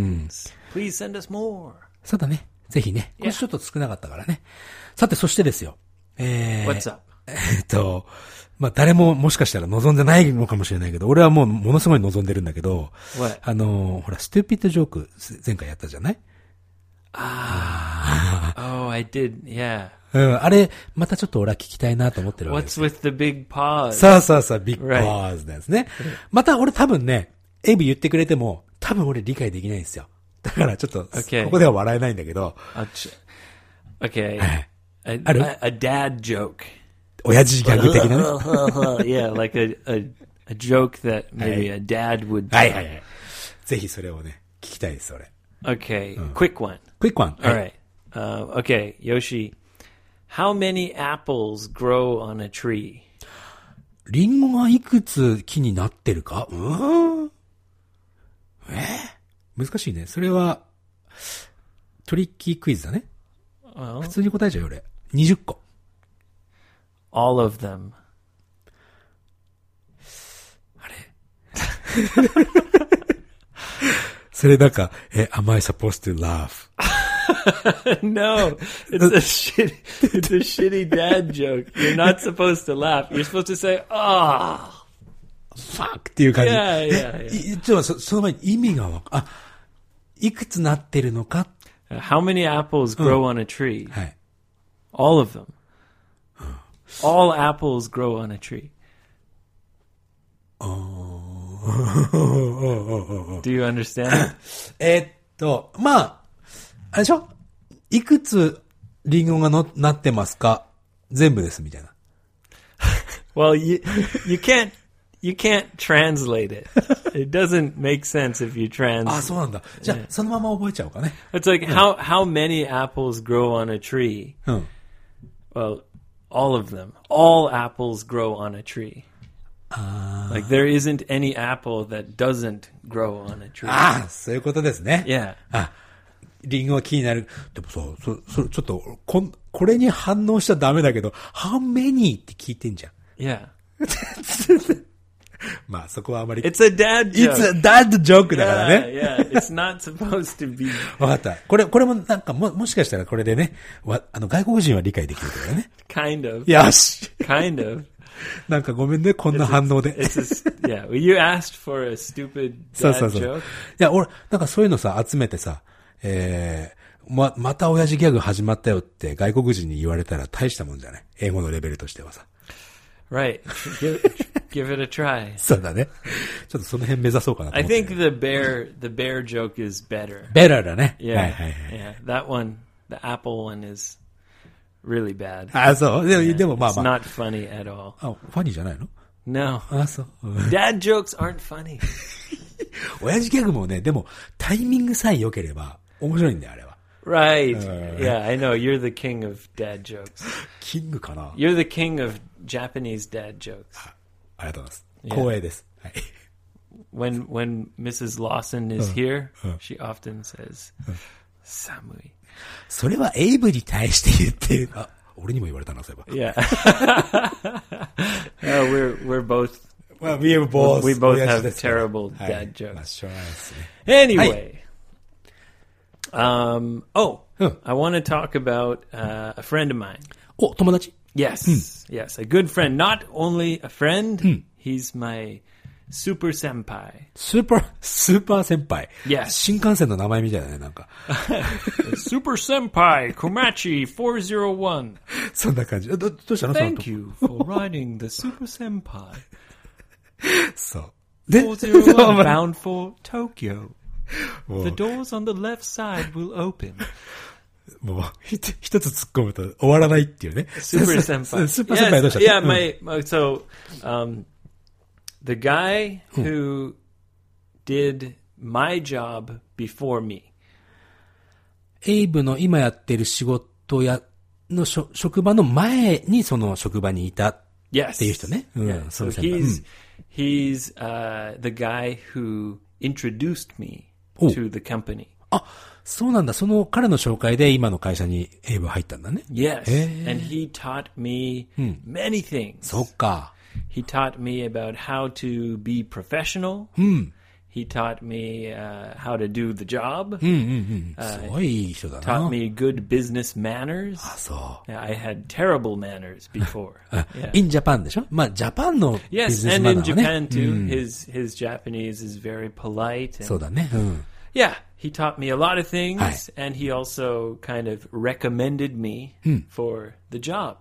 B: Hmm.
A: Please send us more.
B: そうだね。ぜひね。今週ちょっと少なかったからね。さて、そしてですよ。えー、
A: What's up?
B: えっと、まあ、誰ももしかしたら望んでないのかもしれないけど、俺はもうものすごい望んでるんだけど、
A: What?
B: あのー、ほら、ステューピッドジョーク、す前回やったじゃない Uh.
A: Oh, I did. Yeah.
B: うん、あれ、またちょっと俺は聞きたいなと思ってるわけです
A: What's with the big pause?
B: さあさあさあ、ビッグ
A: Right.
B: パーズですね。また俺多分ね、エイブ言ってくれても、多分俺理解できないんですよ。だからちょっと、
A: Okay.
B: ここでは笑えないんだけど、
A: I'll ch- okay.
B: はい。
A: A,
B: Eh. don't-
A: a, a dad joke.
B: 親父ギャグ的なね。
A: yeah, like a, a, a joke
B: Eh.
A: that maybe a dad would.
B: はいはいはい。ぜひそれをね、聞きたいです、俺。
A: Okay,
B: Oh.
A: quick one.
B: クイックワン。
A: All right. Uh, okay, Yoshi. How many apples grow on a tree?
B: リンゴがいくつ木になってるかうーん。え難しいね。それは、トリッキークイズだね。
A: Well,
B: 普通に答えちゃうよ、俺。20個。
A: all of them.
B: それなんか、え、am I supposed to laugh?
A: no, it's a shitty, it's a shitty dad joke. You're not supposed to laugh. You're supposed to say, "Ah,
B: fuck っていう感じ。
A: いやいやいや
B: えいちょっとそその前に意味がわか、あ、いくつなってるの か、
A: Uh, how many apples grow on a tree?
B: はい。
A: All of them. All apples grow on a tree. Do you understand?
B: えーっと、まあ、あれでしょいくつリンゴがのなってますか全部です、みたいな。
A: Well, you you can't you can't translate it. It doesn't make sense if you
B: あ、
A: trans.
B: そうなんだ。じゃあ、そのまま覚えちゃおうかね。
A: It's like how how many apples grow on a tree?
B: うん。
A: Well, all of them. All apples grow on a tree.
B: Uh,
A: Like there isn't any apple that doesn't grow on a tree.
B: ああ、そういうことですね。
A: Yeah.
B: リンゴは気になる。でもさ、そ、それ、ちょっと、こん、これに反応しちゃダメだけど、how many って聞いてんじゃん。
A: Yeah.
B: まあ、そこはあまり。
A: It's a dad
B: It's
A: joke.
B: a dad joke だからね。
A: yeah, yeah. It's not supposed to be
B: わかった。これ、これもなんかも、もしかしたらこれでね、わ、あの、外国人は理解できるから ね。
A: kind of.
B: よし
A: Kind of.
B: なんかごめんね、こんな反応で。
A: It's a, s- yeah. Well, you asked for a stupid
B: そう
A: dad
B: そうそう。い
A: joke.
B: や、俺、なんかそういうのさ、集めてさ、えー、ま、また親父ギャグ始まったよって外国人に言われたら大したもんじゃない英語のレベルとしてはさ。
A: Right. Give, give it a try.
B: そうだね。ちょっとその辺目指そうかなと
A: I
B: 思って
A: think
B: る。
A: the bear the bear joke is better.
B: ベラだね。
A: Yeah.
B: はいはいはい。
A: Yeah. That one, the apple one is really bad.
B: あ、そう。でも、でもまあ
A: It's
B: まあ。
A: not funny at all.
B: あ、ファニーじゃないの
A: No.
B: あ、そう。
A: Dad jokes aren't funny.
B: 親父ギャグもね、でも、タイミングさえ良ければ、面白いんだよ、あれは。
A: Right. yeah, I know. You're the king of dad jokes.
B: キングかな
A: You're the king of Japanese dad jokes.
B: ありがとうございます。光栄です。はい。
A: When when Mrs. Lawson is here, she often says Samui.
B: それはエイブに対して言ってる。あ、俺にも言われたな、そういえ
A: Yeah. No, we're we're both
B: ば。まあ、we have both,
A: We both
B: 親父ですから
A: have terrible
B: はい
A: dad jokes.
B: まあ、しょうがないですね。
A: Anyway, um, oh,
B: Huh.
A: I want to talk about uh, a friend of mine.
B: お、友達
A: Yes, yes, a good friend. Not only a friend, he's my super senpai.
B: スーパー、スーパー先輩。
A: Yes.
B: 新幹線の名前みたいだね、なんか。
A: super senpai Komachi four zero one.
B: そんな感じ。ど、どうしたの
A: Thank
B: その
A: you for riding the super senpai
B: そう。で、
A: four zero
B: そう
A: one
B: まあ
A: bound for Tokyo. The doors on the left side will open.
B: もう、ひと一つ突っ込むと終わらないっていうね。
A: Super
B: そう
A: senpai. Mm.
B: スーパー先輩どうした
A: Yes, Yeah,
B: うん
A: my, my so um, the guy who did my job before me.
B: エイブの今やってる仕事や、のしょ職場の前にその職場にいた。
A: Yes.
B: っていう人ね。うん、
A: Yeah, So
B: そうですね。
A: he's he's uh, the guy who introduced me
B: Oh.
A: to the company.
B: あ、そうなんだ。その彼の紹介で今の会社にエイブ入ったんだね。
A: Yes.
B: Eh.
A: And he taught me many things.
B: そっか。
A: He taught me about how to be professional. He taught me uh, how to do the job.
B: すごいいい人だ
A: taught
B: な。
A: me good business manners.
B: そ
A: Yeah, I had terrible manners before.
B: う
A: Yeah.。
B: インジャパンでしょまあ、ジャパンのビ
A: Yes,
B: ジネス
A: and
B: マナ
A: in
B: ーはね。
A: Japan too. His his Japanese is very polite. And,
B: そうだね。うん。
A: yeah, he taught me a lot of things,
B: Hi.
A: and he also kind of recommended me for the job.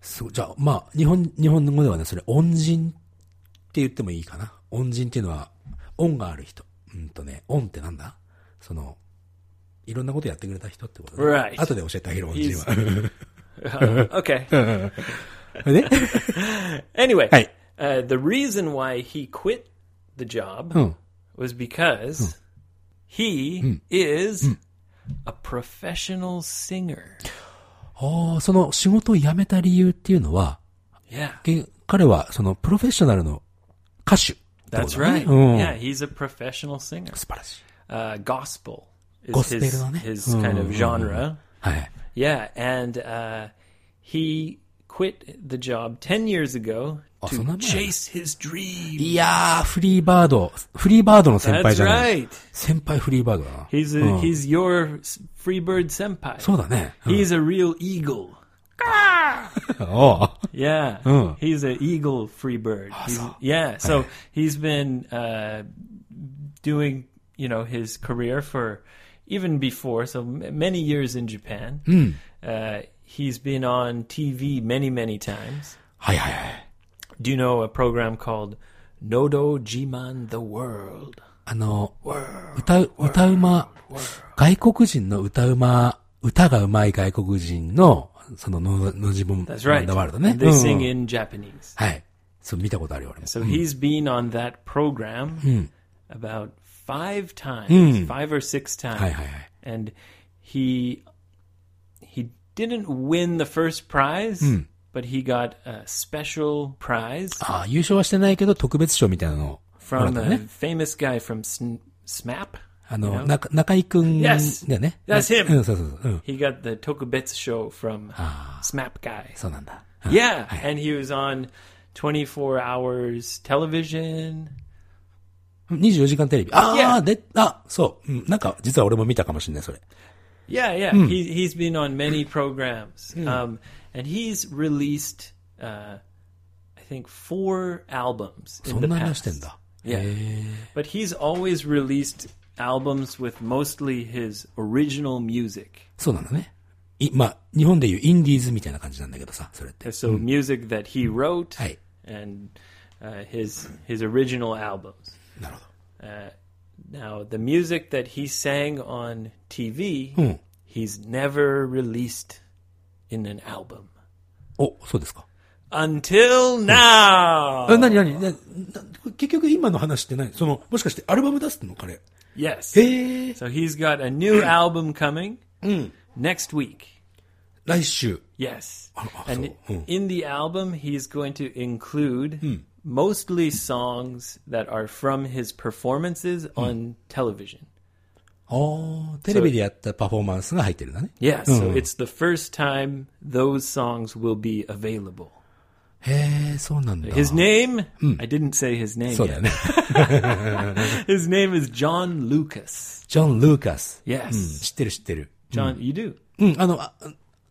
B: そう、じゃあ、まあ、日本、日本語ではね、それ、恩人って言ってもいいかな。恩人っていうのは、恩がある人。うんとね、恩ってなんだその、いろんなことやってくれた人ってことだ、
A: Right.
B: 後で教えてあげる恩人は。
A: Okay.
B: ね
A: Anyway,
B: Hi.
A: uh, the reason why he quit the job
B: うん。
A: was because he is a professional singer.
B: ああ、その仕事を辞めた理由っていうのは、
A: Yeah.
B: け彼はそのプロフェッショナルの歌手ってこと
A: That's
B: だね、
A: right.
B: うん。
A: Yeah, he's a professional singer.
B: 素晴らしい。
A: Uh, gospel is
B: ゴスペル
A: his,
B: のね。
A: his kind of
B: うん。
A: genre.
B: はい。
A: Yeah, and uh, he quit the job 10 years ago to
B: そんな前。
A: chase his dream.
B: いやー、フリーバード。フリーバードの先輩
A: That's
B: じゃない。
A: right.
B: 先輩フリーバードだな。
A: He's a,
B: うん
A: he's your s- Freebird senpai.
B: そうだね。うん
A: He's a real eagle.
B: おう
A: Yeah,
B: Oh.
A: he's an eagle free bird. He's- yeah, so he's been uh, doing you know his career for even before so m- many years in Japan. Uh, he's been on TV many many times.
B: はいはいはい。
A: Do you know a program called Nodo Jiman the World?
B: あの、歌う、歌うま、外国人の歌うま、歌がうまい外国人の、そのの、の自分、
A: That's right.
B: ワールドね。
A: And they
B: うん
A: sing in Japanese.
B: はい。そう、見たことあるよ、俺も。
A: So he's been on that program about five times, five or six times,
B: はいはいはい。
A: and he he didn't win the first prize, but he got a special prize
B: ああ、優勝はしてないけど、特別賞みたいなの。
A: from
B: もら
A: a
B: ったね。
A: famous guy from Sn- SMAP.
B: あの、なか、中井くんだよ
A: Yes.
B: ね。
A: That's him.
B: うん、そうそうそう。うん。
A: He got the Tokubetsu show from SMAP guy.
B: そうなんだ。
A: Yeah, and he was on 24 hours television.
B: 24時間テレビ。ああ、
A: Yeah.
B: で、あ、そう。うん、なんか、実は俺も見たかもしれない、それ。
A: Yeah, yeah. He he's been on many programs, um, and he's released, uh, I think, four albums
B: そ
A: in
B: ん
A: the
B: な話し
A: past.
B: てんだ。
A: Yeah, but he's always released albums with mostly his original music.
B: そうなんだね。い、まあ、日本でいうインディーズみたいな感じなんだけどさ、それって。
A: So music that he wrote
B: はい。
A: and uh, his his original albums. Uh,
B: なるほど。
A: Now, the music that he sang on TV,
B: Hmm.
A: he's never released in an album.
B: お、そうですか。
A: Until now.
B: え、なになになな結局今の話って何その、もしかしてアルバム出すの彼。
A: Yes.
B: へえ。
A: So he's got a new album coming
B: Mm.
A: next week.
B: 来週。
A: Yes.
B: oh,
A: And
B: so, hmm.
A: in the album, he's going to include mostly songs that are from his performances
B: Hmm.
A: on television.
B: ああ、テレビでやったパフォーマンスが入ってるんだね。
A: Yeah, so
B: Hmm.
A: it's the first time those songs will be available.
B: へえ、そうなんだ。
A: His name?
B: Hmm.
A: I didn't say his name.
B: そうだよ
A: yet.
B: ね。
A: His name is John Lucas.
B: ジョン・ルーカス。
A: Yes.
B: うん知ってる知ってる。
A: John, you do?
B: うん、あの、あ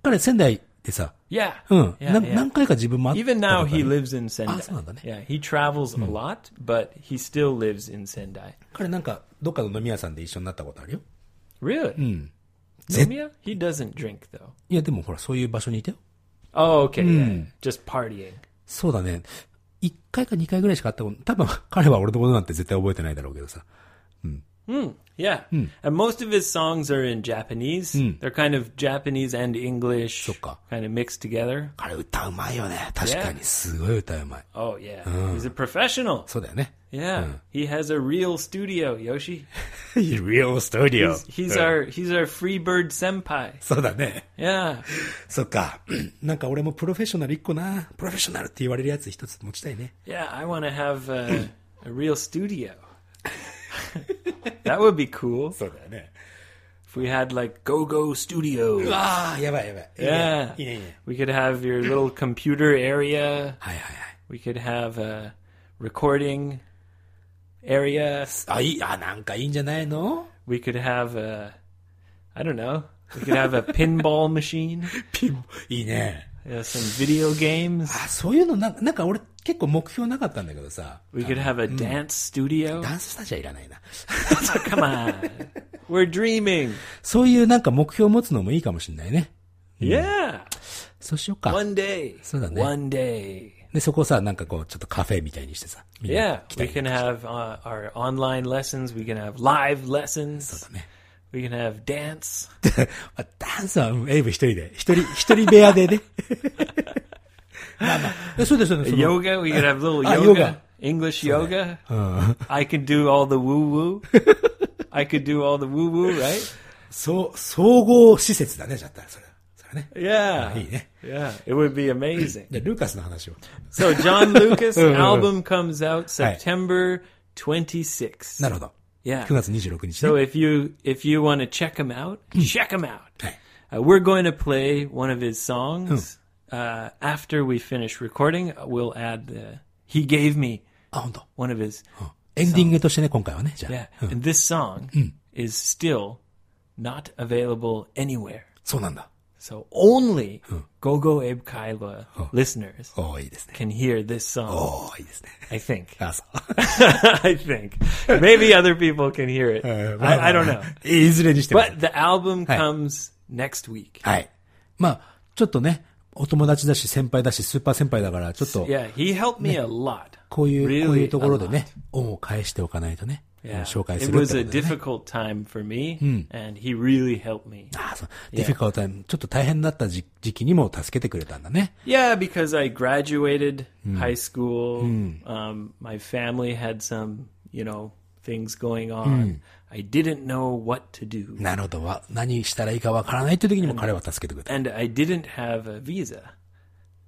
B: 彼仙台でさ、
A: Yeah.
B: うん、
A: Yeah,
B: な
A: yeah.
B: 何回か自分も会ったこ
A: Even
B: と
A: now,
B: ある
A: he lives in Sendai.
B: そうなんだね。
A: yeah, he travels a lot, but he still lives in Sendai.
B: 彼なんか、どっかの飲み屋さんで一緒になったことあるよ。
A: Really? Nomiya? He doesn't drink, though.
B: いや、でもほら、そういう場所にいたよ。
A: Oh, okay. Yeah. Just partying.
B: そうだね。一回か二回ぐらいしか会ったこと、多分 彼は俺のことなんて絶対覚えてないだろうけどさ。
A: Yeah. And most of his songs are in Japanese. They're kind of Japanese and English
B: そっか。
A: kind of mixed together.
B: 彼歌うまいよね。確かに、すごい歌うまい。
A: Oh, yeah. He's a professional.
B: そうだよね。
A: Yeah. He has a real studio, Yoshi.
B: Real Studio.
A: He's our he's our Freebird senpai.
B: そうだね。
A: Yeah.
B: そっか。 なんか俺もプロフェッショナル一個な。プロフェッショナルって言われるやつ一つ持ちたいね。
A: Yeah, I want to have a, a real studio. that would be cool
B: そうだよね。
A: if we had like Go Go Studio.
B: ああ、やばいやばい。いいね
A: Yeah.
B: いいねいいね。
A: We could have your little computer area.
B: はいはいはい。
A: We could have a recording area.
B: あ、いい、あ、なんかいいんじゃないの
A: We could have a I don't know. We could have a pinball machine.
B: ピン、いいね。
A: Yeah, some video games.
B: あ、そういうのなんか、なんか俺結構目標なかったんだけどさ。
A: We could have a Mm. dance studio.
B: ダンススタジオいらないな。
A: Come on. We're dreaming.
B: そういうなんか目標を持つのもいいかもしれないね。
A: Yeah.
B: そうしようか。
A: One day.
B: そうだね。
A: One day.
B: で、そこをさ、なんかこう、ちょっとカフェみたいにしてさ。みんな
A: Yeah, we can have uh, our online lessons. We can have live lessons.
B: ね
A: We can have dance.
B: まあダンスはうんエイブ一人で。一人、一人部屋 でね。まあまあ。えそうです、そうです。その
A: Yoga. We can have little
B: Ah,
A: yoga.
B: yoga.
A: English yoga. I can do all the woo woo. I could do all the woo woo, right?
B: そう、総合施設だね、じゃった。それは。それはね。
A: Ah, Yeah.
B: いいね。
A: Yeah, it would be amazing.
B: で、ルーカスの話を。
A: So John Lucas album comes out September 26th.
B: なるほど。
A: Yeah.
B: 9月26日ね
A: So if you if you want to check him out, check him out.
B: はい。
A: Uh, we're going to play one of his songs. Uh, after we finish recording, we'll add the "He Gave Me"
B: あ、本当。
A: one of his.
B: エンディングとしてね、今回はね、じゃあ。
A: Yeah, and this song is still not available anywhere.
B: そうなんだ。
A: So only Gogo Abe Kaila listeners
B: おーいいですね。
A: can hear this song.
B: おーいいですね。
A: I think.
B: あ、そう。
A: I think. Maybe other people can hear it. I, I don't
B: uh,
A: know.
B: いずれにしても。
A: But the album comes next week.
B: はい。まあ、ちょっとね、お友達だし、先輩だし、スーパー先輩だから、ちょっと、
A: Yeah, he helped me a lot.
B: こういう、
A: really
B: こういうところで
A: a lot.
B: ね、恩を返しておかないとね、
A: Yeah.
B: 紹介す
A: It
B: るって
A: was
B: こと
A: a
B: で、ね。
A: difficult time for me,
B: Hmm.
A: and he really helped me.
B: ああ、そう。ディフィカルタイム、ちょっと大変だった時時期にも助けてくれたんだね。
A: Yeah, because I graduated
B: Hmm.
A: high school. Um, my family had some, you know, things going on.
B: Hmm.
A: I didn't know what to do,
B: なるほど。わ何したらいいかわからないという時にも彼は助けてくれた。
A: and I didn't have a visa.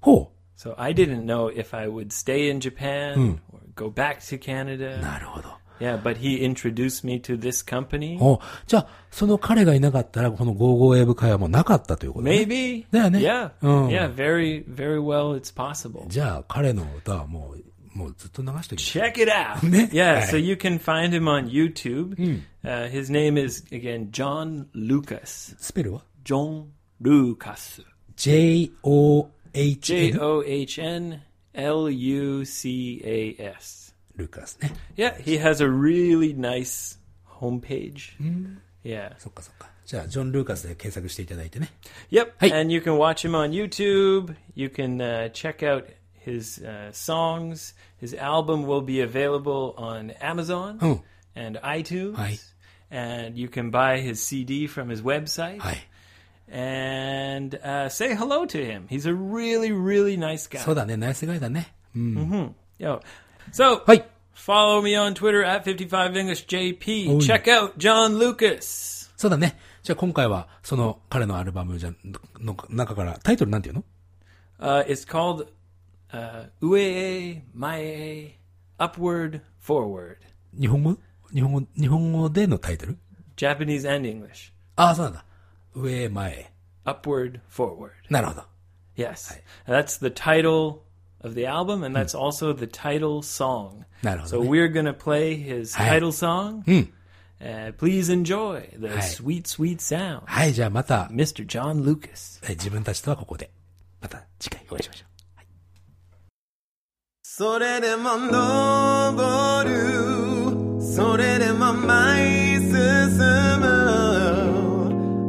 B: ほ
A: So I didn't know if I would stay in Japan
B: Hmm.
A: or go back to Canada.
B: う。なるほど。
A: Yeah, but he introduced me to this company.
B: おうじゃあ、その彼がいなかったら、この55英語会話もなかったということね。
A: Maybe.
B: Yeah, ne?
A: Yeah.
B: Oh.
A: Yeah, very very well it's possible.
B: じゃあ、彼の歌はもう、もうずっと流しておきましょう
A: Check it out.
B: Ne?
A: Yeah,
B: Right.
A: so you can find him on YouTube. Uh, his name is again John Lucas.
B: スペルは
A: John Lucas. J
B: ?J-O-H-N。
A: O H N L U C A S.
B: ルカスね。
A: Yeah, he has a really nice homepage. Yeah.
B: そっかそっか。じゃあ、ジョン・ルーカスで検索していただいてね。
A: Yep.
B: Hey.
A: And you can watch him on YouTube. You can uh, check out his uh, songs. His album will be available on Amazon
B: Oh.
A: and iTunes.
B: Hi.
A: And you can buy his CD from his website
B: はい。
A: and uh, say hello to him. He's a really, really nice guy.
B: そうだね、ナイスガイだね。
A: Yo. So,
B: Hi.
A: follow me on Twitter at 55EnglishJP.
B: Oh, yeah.
A: Check out John Lucas.
B: そうだね。じゃあ、今回は、その、彼のアルバムじゃ、の中から、タイトルなんていうの
A: Uh, it's called uh, Uee Mae Upward Forward.
B: 日本語日本語、日本語でのタイトル
A: Japanese and English.
B: ああ、そうなんだ。上、前。
A: Upward Forward.
B: なるほど。
A: Yes. That's the title of the album, and that's also the title song.
B: なるほ
A: So
B: ど、ね。
A: we're going to play his
B: Hi.
A: title song.
B: Mm.
A: Uh, please enjoy the
B: Hi.
A: sweet, sweet sound.
B: はい、じゃあまた、
A: Mr. John Lucas.
B: え自分たちとはここで。また次回お会いしましょう。
E: それでも登るそれでも前へ進む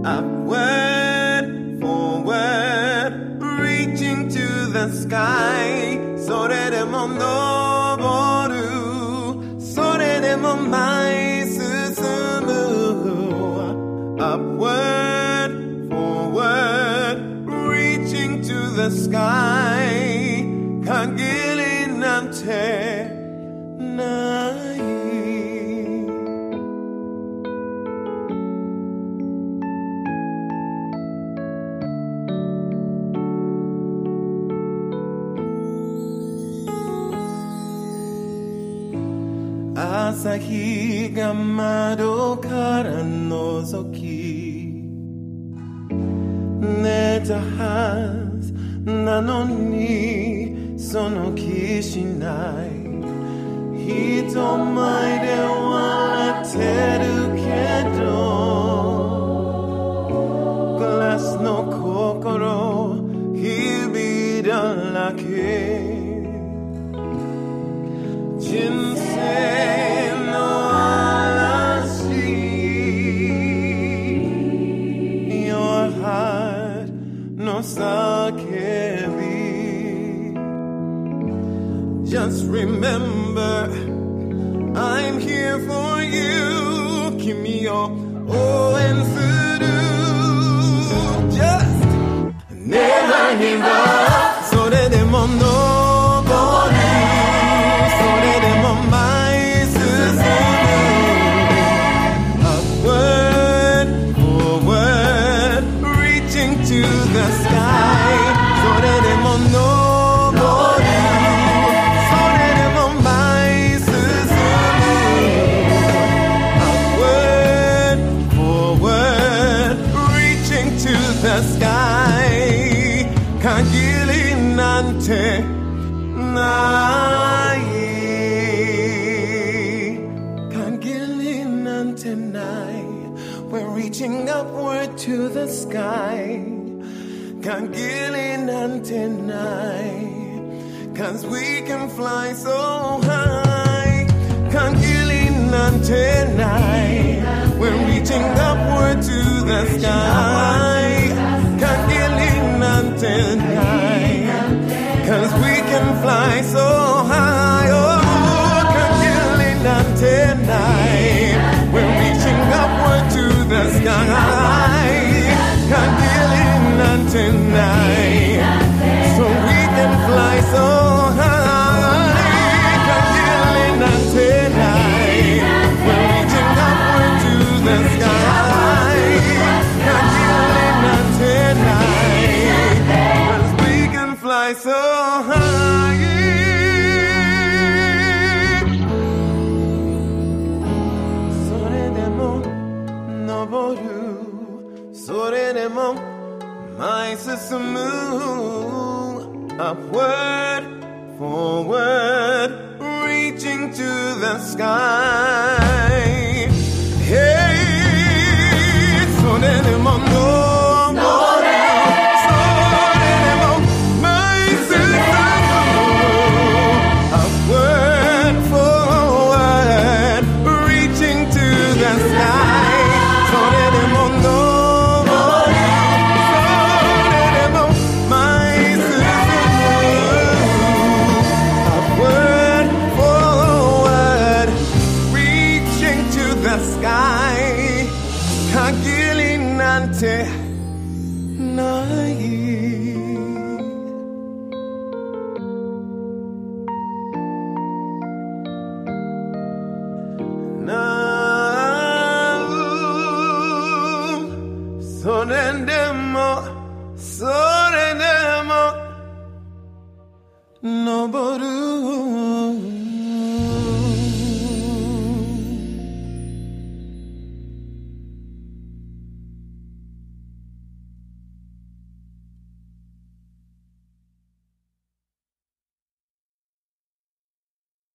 E: Upward, forward, reaching to the sky それでも登るそれでも前へ進む Upward, forward, reaching to the sky 限りなんてない朝日が窓から覗き寝たはずなのにその気しない人前で笑ってるけどグラスの心日々だらけ人生の嵐 your heart no sake just remember I'm here for you give me your all and through just 願いはそれでも登るそれでも前へ進む upward, forward, reaching to the sky. それでも登るそれでも前へ進む Upward, forward, reaching to the sky. 限りなんてない限りなんてない We're reaching upward to the sky 限りなんてない Cause we can fly so high 限りなんてない We're reaching upward to the sky 限りなんてない Cause we can fly so high Oh, Kakili Nante Nai We're reaching upward to the sky Kakili Nante Nai So we can fly so high Kakili Nante Nai We're reaching upward to the sky Kakili Nante Nai Cause we can fly so high それでも登るそれでも前進む Upward, forward, reaching to the sky Hey, それでも登るそれでも前進するの Upward, forward, reaching to the sky それでも登るそれでも前進する Upward, forward, reaching to the sky 限りなんてないなんそれでも